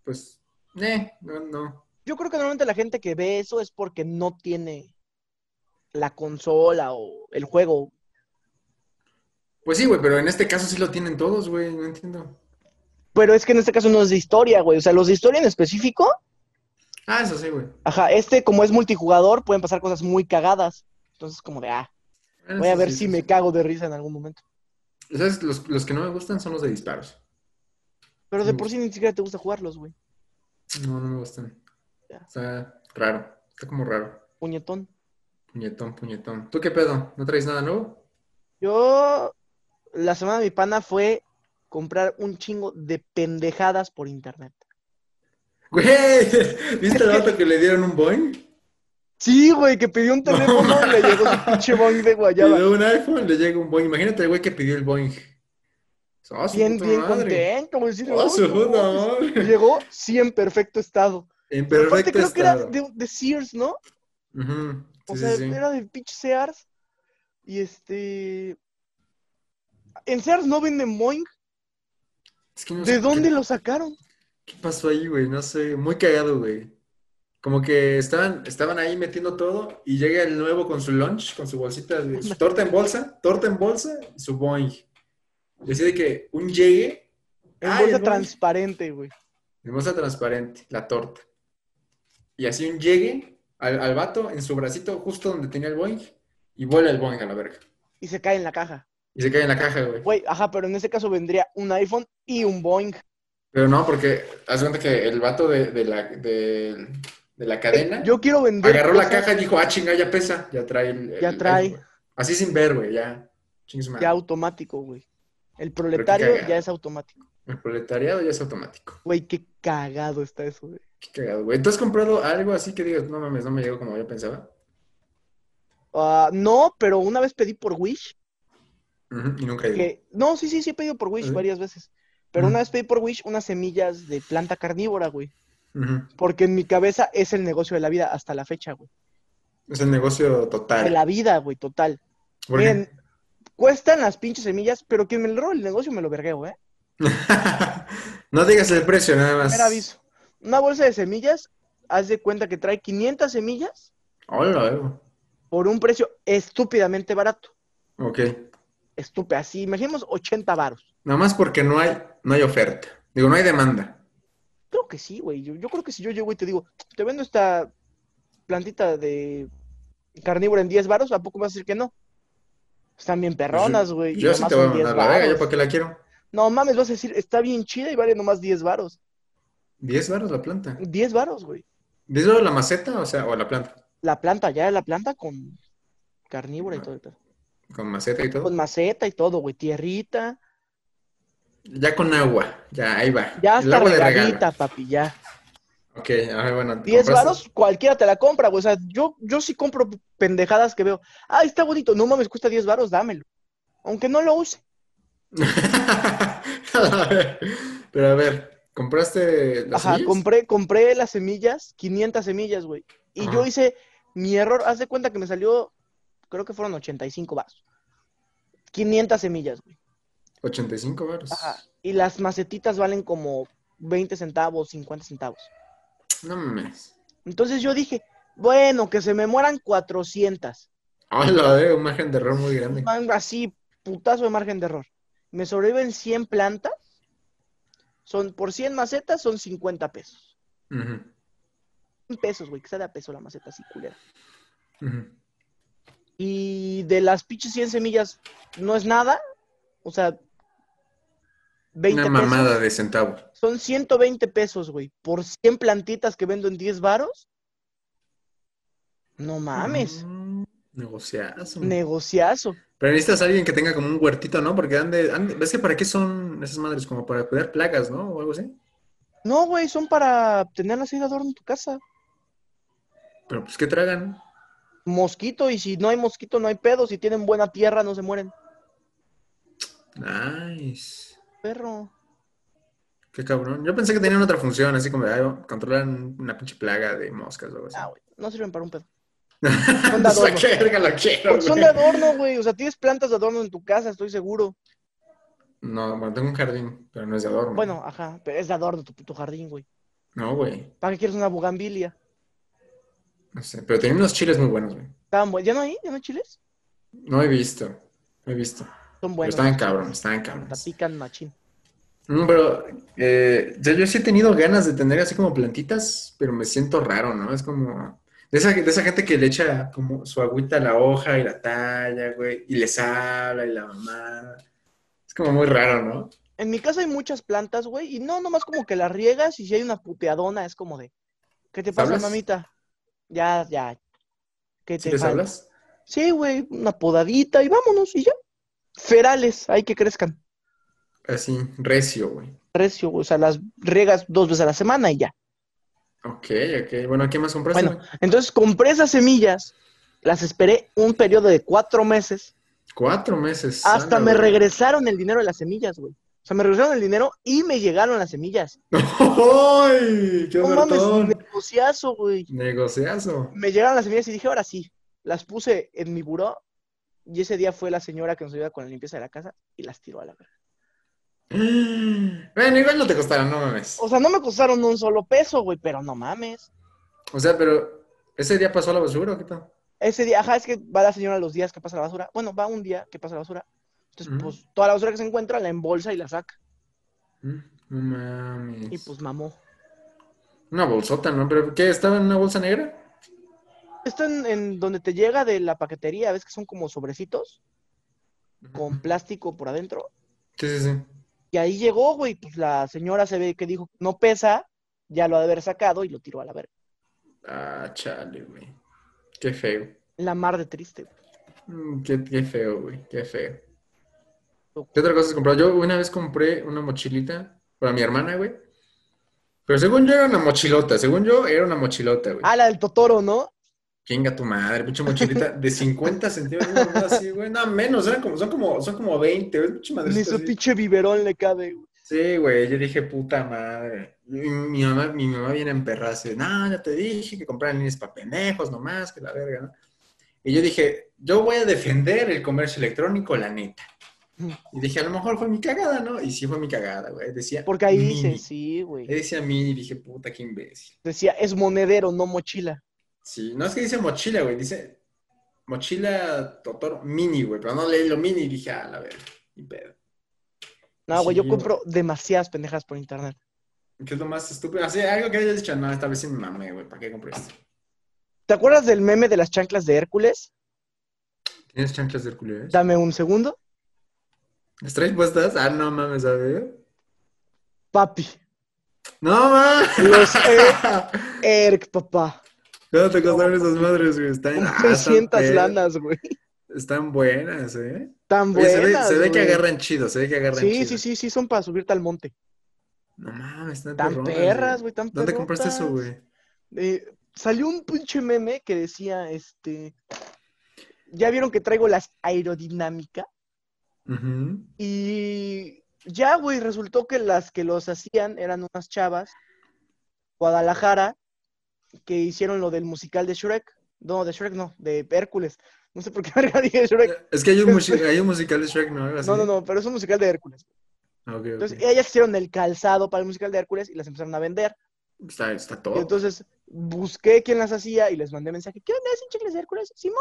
pues, eh, no, no.
Yo creo que normalmente la gente que ve eso es porque no tiene la consola o el juego.
Pues sí, güey, pero en este caso sí lo tienen todos, güey, no entiendo.
Pero es que en este caso no es de historia, güey. O sea, los de historia en específico,
Ah, eso sí, güey.
ajá, este como es multijugador, pueden pasar cosas muy cagadas. Entonces, como de, ah, voy a
Eso
ver
sí,
si
eso
me
sí.
cago de risa en algún momento.
¿Sabes? Los, los que no me gustan son los de disparos.
Pero de por sí ni siquiera te gusta jugarlos, güey.
No, no me gustan.
Ya.
Está raro. Está como raro.
Puñetón.
Puñetón, puñetón. ¿Tú qué pedo? ¿No traes nada nuevo?
Yo, la semana de mi pana fue comprar un chingo de pendejadas por internet.
Güey, ¿viste el auto que le dieron un boing?
Sí, güey, que pidió un
No
teléfono y le
mames.
llegó su pinche boing de guayaba.
Pidió un iPhone, le llega un boing. Imagínate el güey que pidió el boing. ¡Ah, su
Bien,
puta
bien
madre!
contento, güey. sí,
¡Ah,
no,
su
no,
puta
mames.
madre!
Llegó, sí, en perfecto estado.
En
Aparte,
perfecto
creo que era
estado.
de, de Sears, ¿no?
Ujú,
O
sí,
sea,
sí, sí.
era de pinche Sears. Y este. En Sears no venden boing.
Es que no
¿De
sé
dónde
qué-
lo sacaron?
¿Qué pasó ahí, güey? No sé, muy cagado, güey. Como que estaban, estaban ahí metiendo todo y llega el nuevo con su lunch, con su bolsita, de- su torta en bolsa, torta en bolsa y su boing. Decide que un llegue.
En
¡ay,
bolsa
el Boeing!
transparente, güey.
En bolsa transparente, la torta. Y así un llegue al, al vato en su bracito, justo donde tenía el boing, y vuela el boing a la verga.
Y se cae en la caja.
Y se cae en la caja, güey.
Güey, ajá, pero en ese caso vendría un iPhone y un Boeing.
Pero no, porque haz cuenta que el vato de, de la, de- de la cadena.
Yo quiero vender.
Agarró la
cosas
caja y dijo, ah, chinga, ya pesa. Ya trae el. el-
Ya trae.
el- güey. Así sin ver, güey, ya. Chingue su madre.
Ya automático, güey. El proletario
cagado.
ya es automático.
El proletariado ya es automático.
Güey, qué cagado está eso, güey.
Qué cagado, güey. ¿Tú has comprado algo así que digas, no mames, no me llegó como yo pensaba?
Ah, no, pero una vez pedí por Wish.
Ujú, Y nunca llegó.
que- No, sí, sí, sí he pedido por Wish
¿Sí?
varias veces. Pero
Ujú.
una vez pedí por Wish unas semillas de planta carnívora, güey.
Ujú.
Porque en mi cabeza es el negocio de la vida hasta la fecha, güey.
Es el negocio total.
De la vida, güey, total.
¿Por qué?
Miren, cuestan las pinches semillas, pero quien me lo roba el negocio me lo vergueo, ¿eh?
no digas el precio, nada más.
Primer aviso. Una bolsa de semillas, haz de cuenta que trae 500 semillas
Hola, güey.
por un precio estúpidamente barato.
Ok.
Estúpido, así, imaginemos 80 varos.
Nada más porque no hay, no hay oferta. Digo, no hay demanda.
Creo que sí, güey. Yo, yo creo que si yo llego y te digo, te vendo esta plantita de carnívoro en 10 varos, ¿a poco me vas a decir que no? Pues, Están bien perronas, güey. y
Pues, Yo sí
nomás
te voy a
son 10
mandar la verga, yo
varos.
para qué la quiero.
No mames, vas a decir, está bien chida y vale nomás 10 varos.
10 baros la planta.
10 varos, güey.
10 baros la maceta, o sea, o la planta.
La planta, ya la planta con carnívora y todo. el pedo.
Con maceta y todo.
Con maceta y todo, güey. Tierrita.
Ya con agua, ya ahí va.
Ya
el
hasta
agua de regalo.
regadita, papi, ya.
Ok, a ver, bueno. ¿te
10
compraste?
varos, cualquiera te la compra, güey. O sea, yo, yo sí compro pendejadas que veo. Ah, está bonito. No mames, cuesta 10 varos, dámelo. Aunque no lo use.
A ver, Pero a ver, ¿compraste las
Ajá,
semillas?
compré, compré las semillas, 500 semillas, güey. Y
Ajá.
yo hice mi error. Haz de cuenta que me salió, creo que fueron 85 varos. 500 semillas, güey.
85 varos.
Ajá. Y las macetitas valen como 20 centavos, 50 centavos.
No mames.
Entonces yo dije, bueno, que se me mueran 400.
Hola, eh, un margen de error muy grande.
Man, Así, putazo de margen de error. Me sobreviven 100 plantas. Son por 100 macetas, son 50 pesos.
Ujú,
100 pesos, güey, que sale a peso la maceta así culera.
ujú.
Y de las pinches 100 semillas, no es nada. O sea, 20
Una
pesos.
mamada de centavo.
Son 120 pesos, güey, por 100 plantitas que vendo en 10 varos. No mames,
Mm, Negociazo.
negociazo.
Pero necesitas a alguien que tenga como un huertito, ¿no? Porque ande, ande- ¿ves que para qué son esas madres? Como para cuidar plagas, ¿no? O algo así.
No, güey, son para tenerlas ahí de adorno en tu casa.
Pero pues que tragan.
Mosquito, y si no hay mosquito, no hay pedo. Si tienen buena tierra, no se mueren.
Nice.
Perro.
Qué cabrón. Yo pensé que tenían otra función, así como de ay, controlan una pinche plaga de moscas o algo así.
Ah, güey, no sirven para un pedo.
Son
de
la
adorno.
verga, lo quiero,
Porque son de
güey.
adorno, güey. O sea, tienes plantas de adorno en tu casa, estoy seguro.
No, bueno, tengo un jardín, pero no es de adorno.
Bueno, ajá, pero es de adorno tu, tu jardín, güey.
No, güey.
¿Para qué quieres una bugambilia?
No sé. Pero tenía unos chiles muy buenos, güey.
Estaban buen- ¿Ya no hay? ¿Ya no hay chiles?
No he visto. No he visto.
Son
Pero
buenos.
estaban cabrones, estaban
La
cabrones.
pican machín.
No, Mm, pero eh, yo, yo sí he tenido ganas de tener así como plantitas, pero me siento raro, ¿no? Es como de esa, de esa gente que le echa como su agüita a la hoja y la talla, güey, y les habla y la mamá. Es como muy raro, ¿no?
En mi casa hay muchas plantas, güey, y no, nomás como que las riegas y si hay una puteadona es como de, ¿qué te pasa,
¿Hablas?
mamita? Ya, ya. ¿Qué
¿Sí
te
les
falta?
hablas?
Sí, güey, una podadita y vámonos y ya. Ferales, hay que crezcan.
Así, recio, güey.
Precio, o sea, las riegas dos veces a la semana y ya.
Ok, ok. Bueno, ¿qué más compraste?
Bueno.
güey?
Entonces compré esas semillas, las esperé un periodo de cuatro meses,
Cuatro meses.
hasta
anda,
me
güey.
regresaron el dinero de las semillas, güey. O sea, me regresaron el dinero y me llegaron las semillas.
¡Ay! ¡Qué
No mames,
ofertón!
negociazo, güey.
Negociazo.
me llegaron las semillas y dije, ahora sí, las puse en mi buró. Y ese día fue la señora que nos ayuda con la limpieza de la casa y las tiró a la verga.
Bueno, igual no te costaron, no mames.
O sea, no me costaron un solo peso, güey, pero no mames.
O sea, pero ese día pasó a la basura, ¿o ¿qué tal?
Ese día, ajá, es que va la señora los días que pasa la basura. Bueno, va un día que pasa la basura. Entonces,
Ujú.
pues, toda la basura que se encuentra la embolsa y la saca.
Mm, No mames.
Y pues, mamó.
Una bolsota, ¿no? ¿Pero qué? ¿Estaba en una bolsa negra?
Esto en, en donde te llega de la paquetería, ves que son como sobrecitos con plástico por adentro.
Sí, sí, sí.
Y ahí llegó, güey, pues la señora se ve que dijo, no pesa, ya lo ha de haber sacado y lo tiró a la verga.
Ah, chale, güey. Qué feo.
La mar de triste, güey.
Mm, Qué, qué feo, güey. Qué feo.
Tú.
¿Qué otra cosa has comprado? Yo una vez compré una mochilita para mi hermana, güey. Pero según yo era una mochilota. Según yo era una mochilota, güey.
Ah, la del Totoro, ¿no?
Chinga tu madre, pinche mochilita de 50 centímetros, una así, güey. No, menos, eran como, son como, son como 20, güey, pinche madre.
Ni su pinche biberón le cabe. güey.
Sí, güey, yo dije, puta madre. Y mi mamá, mi mamá viene a emperrarse. No, ya te dije que compraran líneas para pendejos nomás, que la verga, ¿no? Y yo dije, yo voy a defender el comercio electrónico, la neta. Y dije, a lo mejor fue mi cagada, ¿no? Y sí fue mi cagada, güey. Decía,
Porque ahí
mini. Eh.
dice, sí,
Ahí
güey.
decía mini, dije, puta, qué imbécil.
Decía, es monedero, no mochila.
Sí, no es que dice mochila, güey, dice mochila Totoro mini, güey, pero no leí lo mini y dije, ah, la verga, ni pedo.
No, güey,
Sí,
yo compro demasiadas pendejas por internet.
¿Qué es lo más estúpido? Así, algo que hayas dicho, no, esta vez sí me mamé, güey, ¿para qué compré esto?
¿Te acuerdas del meme de las chanclas de Hércules?
¿Tienes chanclas de Hércules?
Dame un segundo.
¿Las traes puestas? Ah, no mames, a ver.
Papi.
¡No mames!
Los he- Eric,
Ah,
papá.
¿Cuánto te costaron esas madres, güey? Están,
Como
ah, están
600
pedas.
lanas, güey.
Están buenas, ¿eh?
Tan
Oye,
buenas,
se ve, se ve que
güey.
agarran chido, se ve que agarran
Sí,
chido.
sí, sí, sí, son para subirte al monte.
No mames, están
Tan
perronas,
perras, güey, tan
¿Dónde compraste eso,
perrotas.
güey?
Eh, salió un pinche meme que decía, este, ya vieron que traigo las aerodinámica
Ujú.
y ya, güey, resultó que las que los hacían eran unas chavas, Guadalajara, que hicieron lo del musical de Shrek, no, de Shrek no, de Hércules, no sé por qué verga dije Shrek,
Es que hay un, musi- hay un musical de Shrek, ¿no? Algo así.
no, no, no, pero es un musical de Hércules.
Ah, ok, ok.
Entonces, ellas hicieron el calzado para el musical de Hércules y las empezaron a vender.
Está, está
Y
todo.
entonces busqué quién las hacía y les mandé mensaje, ¿qué onda? ¿Hacen chicles de Hércules? Simón.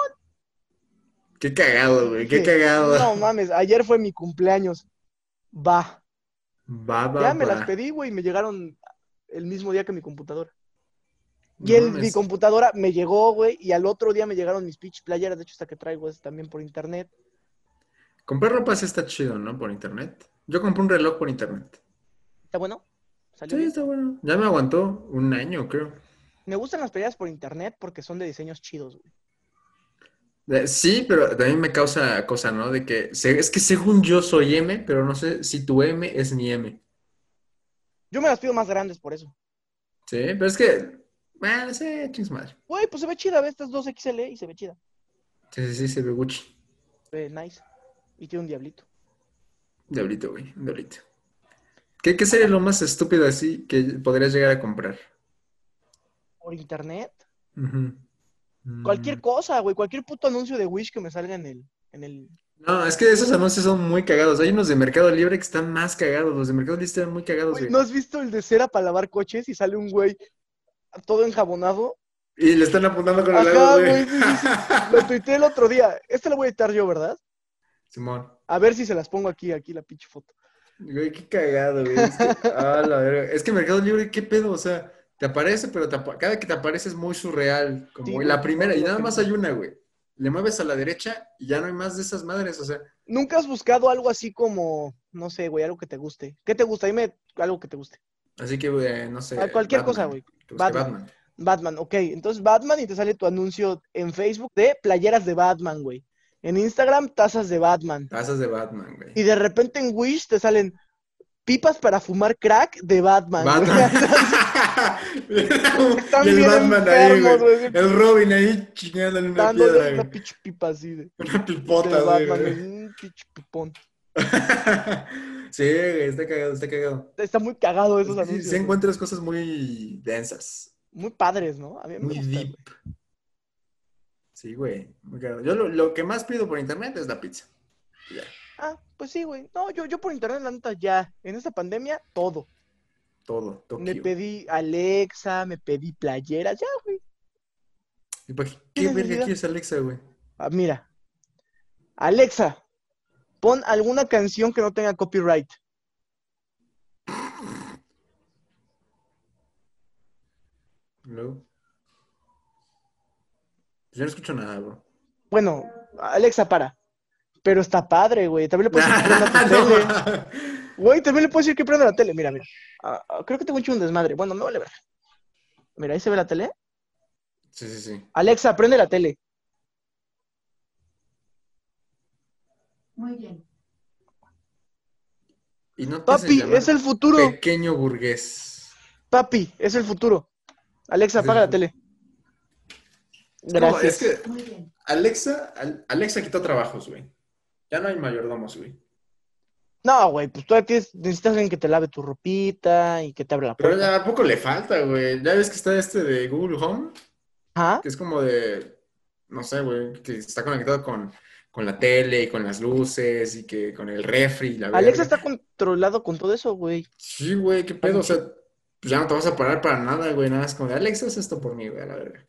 Qué cagado, Oh, güey. Qué cagado.
No mames, ayer fue mi cumpleaños. Va.
Va, va,
Ya me
va.
las pedí, güey, y me llegaron el mismo día que mi computadora.
No
Y el- mi
mames.
computadora me llegó, güey, y al otro día me llegaron mis pitch playeras. De hecho, esta que traigo es también por internet.
Comprar ropa sí está chido, ¿no? Por internet. Yo compré un reloj por internet.
¿Está bueno? ¿Salió
Sí,
bien?
está bueno. Ya me aguantó un año, creo.
Me gustan las playeras por internet porque son de diseños chidos, güey.
Eh, Sí, pero también me causa cosa, ¿no? De que se- es que según yo soy M, pero no sé si tu M es mi M.
Yo me las pido más grandes por eso.
Sí, pero es que. Bueno, sí, chingos madre.
Güey, pues se ve chida, ve estas 2XL y se ve chida.
Sí, sí, sí, se ve Gucci.
Eh, nice. Y tiene un diablito.
Diablito, güey. Diablito. ¿Qué, ¿Qué sería lo más estúpido así que podrías llegar a comprar?
Por internet.
Ujú. Mm.
Cualquier cosa, güey. Cualquier puto anuncio de Wish que me salga en el, en el
No, es que esos anuncios son muy cagados. Hay unos de Mercado Libre que están más cagados. Los de Mercado Libre están muy cagados,
Güey,
güey.
¿No has visto el de cera para lavar coches y sale un güey todo enjabonado?
Y le están apuntando con el
Ajá,
dedo,
güey,
güey.
sí, sí, Lo tuiteé el otro día. Este lo voy a editar yo, ¿verdad?
Simón.
A ver si se las pongo aquí, aquí la pinche foto.
Güey, qué cagado, güey. Es que, ah, la verga. Es que Mercado Libre, qué pedo, o sea, te aparece, pero te apa- cada que te aparece es muy surreal. Como
Sí,
güey,
güey,
la primera, y
la
nada más hay
primera.
una, güey. Le mueves a la derecha y ya no hay más de esas madres, o sea,
¿Nunca has buscado algo así como, no sé, güey, algo que te guste? ¿Qué te gusta? Dime algo que te guste.
así que, güey, no sé.
Ah, Cualquier
Eh, Batman. Pues
cosa, güey.
Que busque
Batman.
Batman.
Batman, ok. Entonces Batman y te sale tu anuncio en Facebook de playeras de Batman, güey. En Instagram, tazas de Batman.
Tazas de Batman, güey.
Y de repente en Wish te salen pipas para fumar crack de Batman. güey.
Batman.
Están
y el
bien
Batman ahí,
enfermos,
güey.
güey.
El Robin ahí chingándole una piedra,
Dándole
güey.
una pinche pipa así de,
Una
de
pipota, güey.
Batman, güey, un pinche pipón.
Sí, güey, está cagado, está cagado.
Está muy cagado esos
Sí,
anuncios.
sí
güey.
encuentras cosas muy densas,
Muy padres, ¿no? A mí me
muy
gustan,
deep.
güey.
Sí, güey, muy caro. Yo lo, lo que más pido por internet es la pizza. Ya.
Ah, pues sí, güey. No, yo, yo por internet, la neta, ya. En esta pandemia, todo.
Todo,
Me
Tokio.
pedí Alexa, me pedí playeras, ya, güey.
¿Y para qué,
¿Qué
qué verga
necesidad?
quieres Alexa, güey?
Ah, mira. Alexa, pon alguna canción que no tenga copyright.
Luego. Pues yo no escucho nada, bro.
Bueno, Alexa, para. Pero está padre, güey. También le puedes decir que prenda tu
No,
tele.
ma.
Güey, también le puedes decir que prenda la tele. Mira, mira. Ah, ah, creo que tengo un chingo de desmadre. Bueno, me vale ver. Mira, ahí se ve la tele.
Sí, sí, sí.
Alexa, prende la tele.
Muy bien.
Y no te hacen
Papi,
llamar
es el futuro.
Pequeño burgués.
Papi, es el futuro. Alexa,
Es el
apaga la
futuro.
tele.
No,
Gracias.
es que
Muy bien.
Alexa, Al- Alexa quitó trabajos, güey. Ya no hay mayordomos, güey.
No, güey, pues tú necesitas alguien que te lave tu ropita y que te abra la
Pero
puerta.
ya a poco le falta, güey. Ya ves que está este de Google Home.
Ajá.
que es como de, no sé, güey, que está conectado con, con la tele y con las luces y que con el refri. y La
Alexa
verga.
está controlado con todo eso, güey.
Sí, güey, qué pedo, o sea, pues ya no te vas a parar para nada, güey, nada más como de, Alexa, haz esto por mí, güey, a la verga.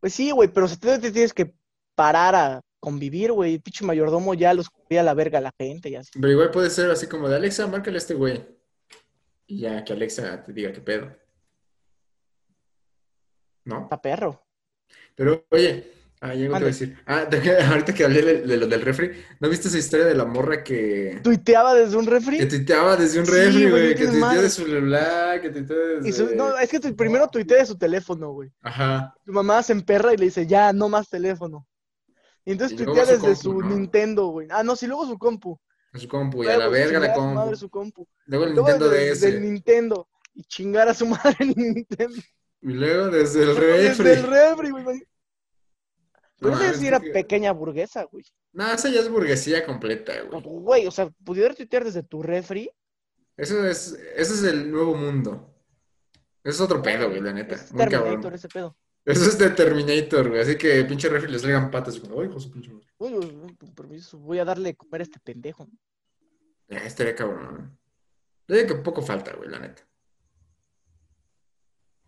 Pues sí, güey, pero si te, te tienes que parar a convivir, güey. El pinche mayordomo ya los cubría a la verga a la gente y así.
Pero igual puede ser así como de, Alexa, márcale a este güey. Y ya que Alexa te diga qué pedo. ¿No?
Está perro.
Pero, oye, ah, ya no te
Mande.
voy a decir. Ah, te- ahorita que hablé de, de lo del refri, ¿no viste esa historia de la morra que...
Tuiteaba desde un
Que
refri.
tuiteaba desde un
Sí,
refri,
güey, no
güey. Que
tienes
tuiteó
madre.
de su celular, que tuiteó desde...
Y su- no, eh, es que tu- primero tuitea de su teléfono, güey.
Ajá.
Tu mamá se emperra y le dice, ya, no más teléfono. Y entonces
Y luego
tuitea
su
desde
compu,
su
¿no?
Nintendo, güey. Ah, no, sí, luego su compu.
A su compu. Y a la
Luego,
verga la
chingar a su madre
compu.
su compu.
Luego el
Luego
Nintendo DS.
desde el Nintendo. Y chingar a su madre el Nintendo.
Y luego desde el refri.
Desde el refri, güey. imagínate. Pero
No
esa
mames,
sí era
qué-
pequeña burguesa, güey.
No, esa ya es burguesía completa,
Pues,
güey.
Güey, o sea, pudiera tuitear desde tu
Eh,
refri.
Eso es, eso es el nuevo mundo. Eso es otro pedo, güey, la neta.
Es
Muy
Terminator
cabrón.
ese pedo.
Eso es de Terminator, güey. Así que pinche refri le salgan patas. güey. Ay, hijo de su pinche madre.
Uy, uy, uy, con permiso, voy a darle de comer a este pendejo.
Ya, estaría cabrón. Yo digo que poco falta, güey, la neta.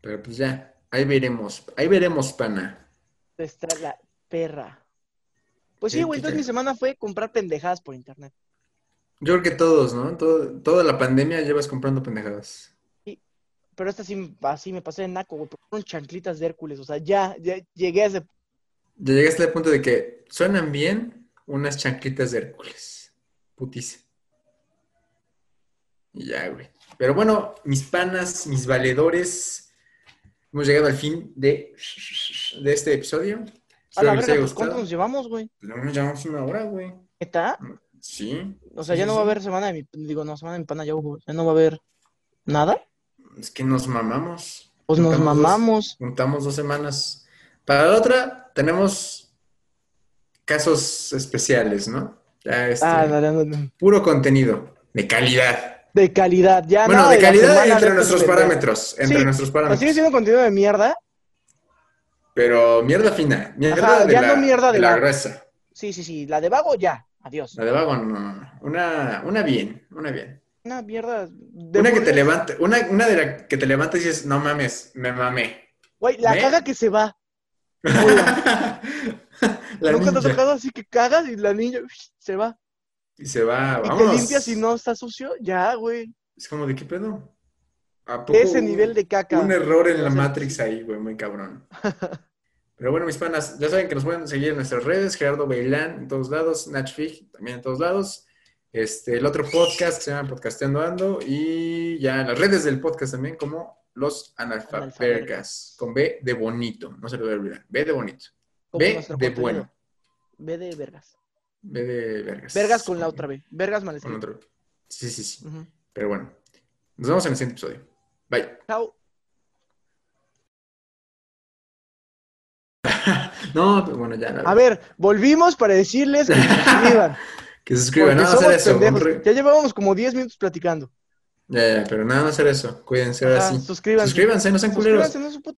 Pero pues ya. Ahí veremos. Ahí veremos, pana.
Nuestra la perra. Pues sí,
Sí,
güey,
qué
entonces mi semana fue comprar pendejadas por internet.
Yo creo que todos, ¿no? Todo- toda la pandemia llevas comprando pendejadas.
Pero esta sí, así me pasé de naco, güey. porque Fueron chanclitas de Hércules. O sea, ya, ya llegué a ese.
Ya llegaste al punto de que suenan bien unas chanquitas de Hércules. Putice. Y ya, güey. Pero bueno, mis panas, mis valedores, hemos llegado al fin de, de este episodio.
A la
Espero que les
verga,
haya
pues ¿cuánto
gustado.
nos llevamos, güey?
No, nos llevamos una hora, güey.
¿Está?
Sí.
O sea,
Sí,
ya
sí,
no va a
sí.
haber semana de mi. Digo, no, semana de mi pana ya hubo. Ya no va a haber nada.
Es que nos mamamos.
Pues nos
Juntamos dos-
mamamos.
juntamos dos semanas. Para la otra tenemos casos especiales, ¿no? Ya este,
Ah, no, no, no.
puro contenido de calidad.
De calidad, ya
bueno,
nada
de
Ah, la
calidad
semana
entre
de
nuestros
estos pendejos.
parámetros, entre
Sí,
nuestros
Así
parámetros.
que siendo contenido de mierda,
Pero mierda fina, mierda
Ajá,
de
ya
la,
no mierda de
la
la-
gruesa.
sí, sí, sí, la de vago ya. Adiós.
La de vago, no, no, no. Una, una bien, una bien.
Una mierda. de
Una que te
burger.
levante, una, una de la que te levantes y dices, no mames, me mamé.
Güey, la
¿Ve?
caga que se va. Nunca
la
te ha
ninja.
tocado así que cagas y la niña uff, se va.
Y se va,
Y
vámonos.
te limpias y no está sucio. Ya, güey.
Es como, ¿de qué pedo? ¿A poco
De ese
hubo
nivel de caca.
Un error en la
O sea,
Matrix ahí, güey, muy cabrón. Pero bueno, mis panas, ya saben que nos pueden seguir en nuestras redes, Gerardo Bailán en todos lados, Nach Fig también en todos lados. Este, el otro podcast que se llama Podcasteando Ando y ya en las redes del podcast también como Los Analfabergas,
Analfabergas.
con B de bonito, no se lo voy a olvidar, B de bonito,
como
B
nuestro
de
contenido.
bueno,
B de vergas.
B de vergas.
Vergas con la otra B. Vergas mal
Con
escrito.
otro. Sí, sí, sí.
Ujú.
Pero bueno, nos vemos en el siguiente episodio. Bye.
Chao.
No, pero Pues bueno, ya. la
A ver, volvimos para decirles que se suscriban.
Que se suscriban,
Porque
nada más
somos
era eso.
pendejos.
hombre.
Ya llevábamos como 10 minutos platicando.
Ya, ya, pero nada más era eso. Cuídense ahora
Ah,
sí.
suscríbanse.
Suscríbanse, no sean culeros.
Suscríbanse, no es un puto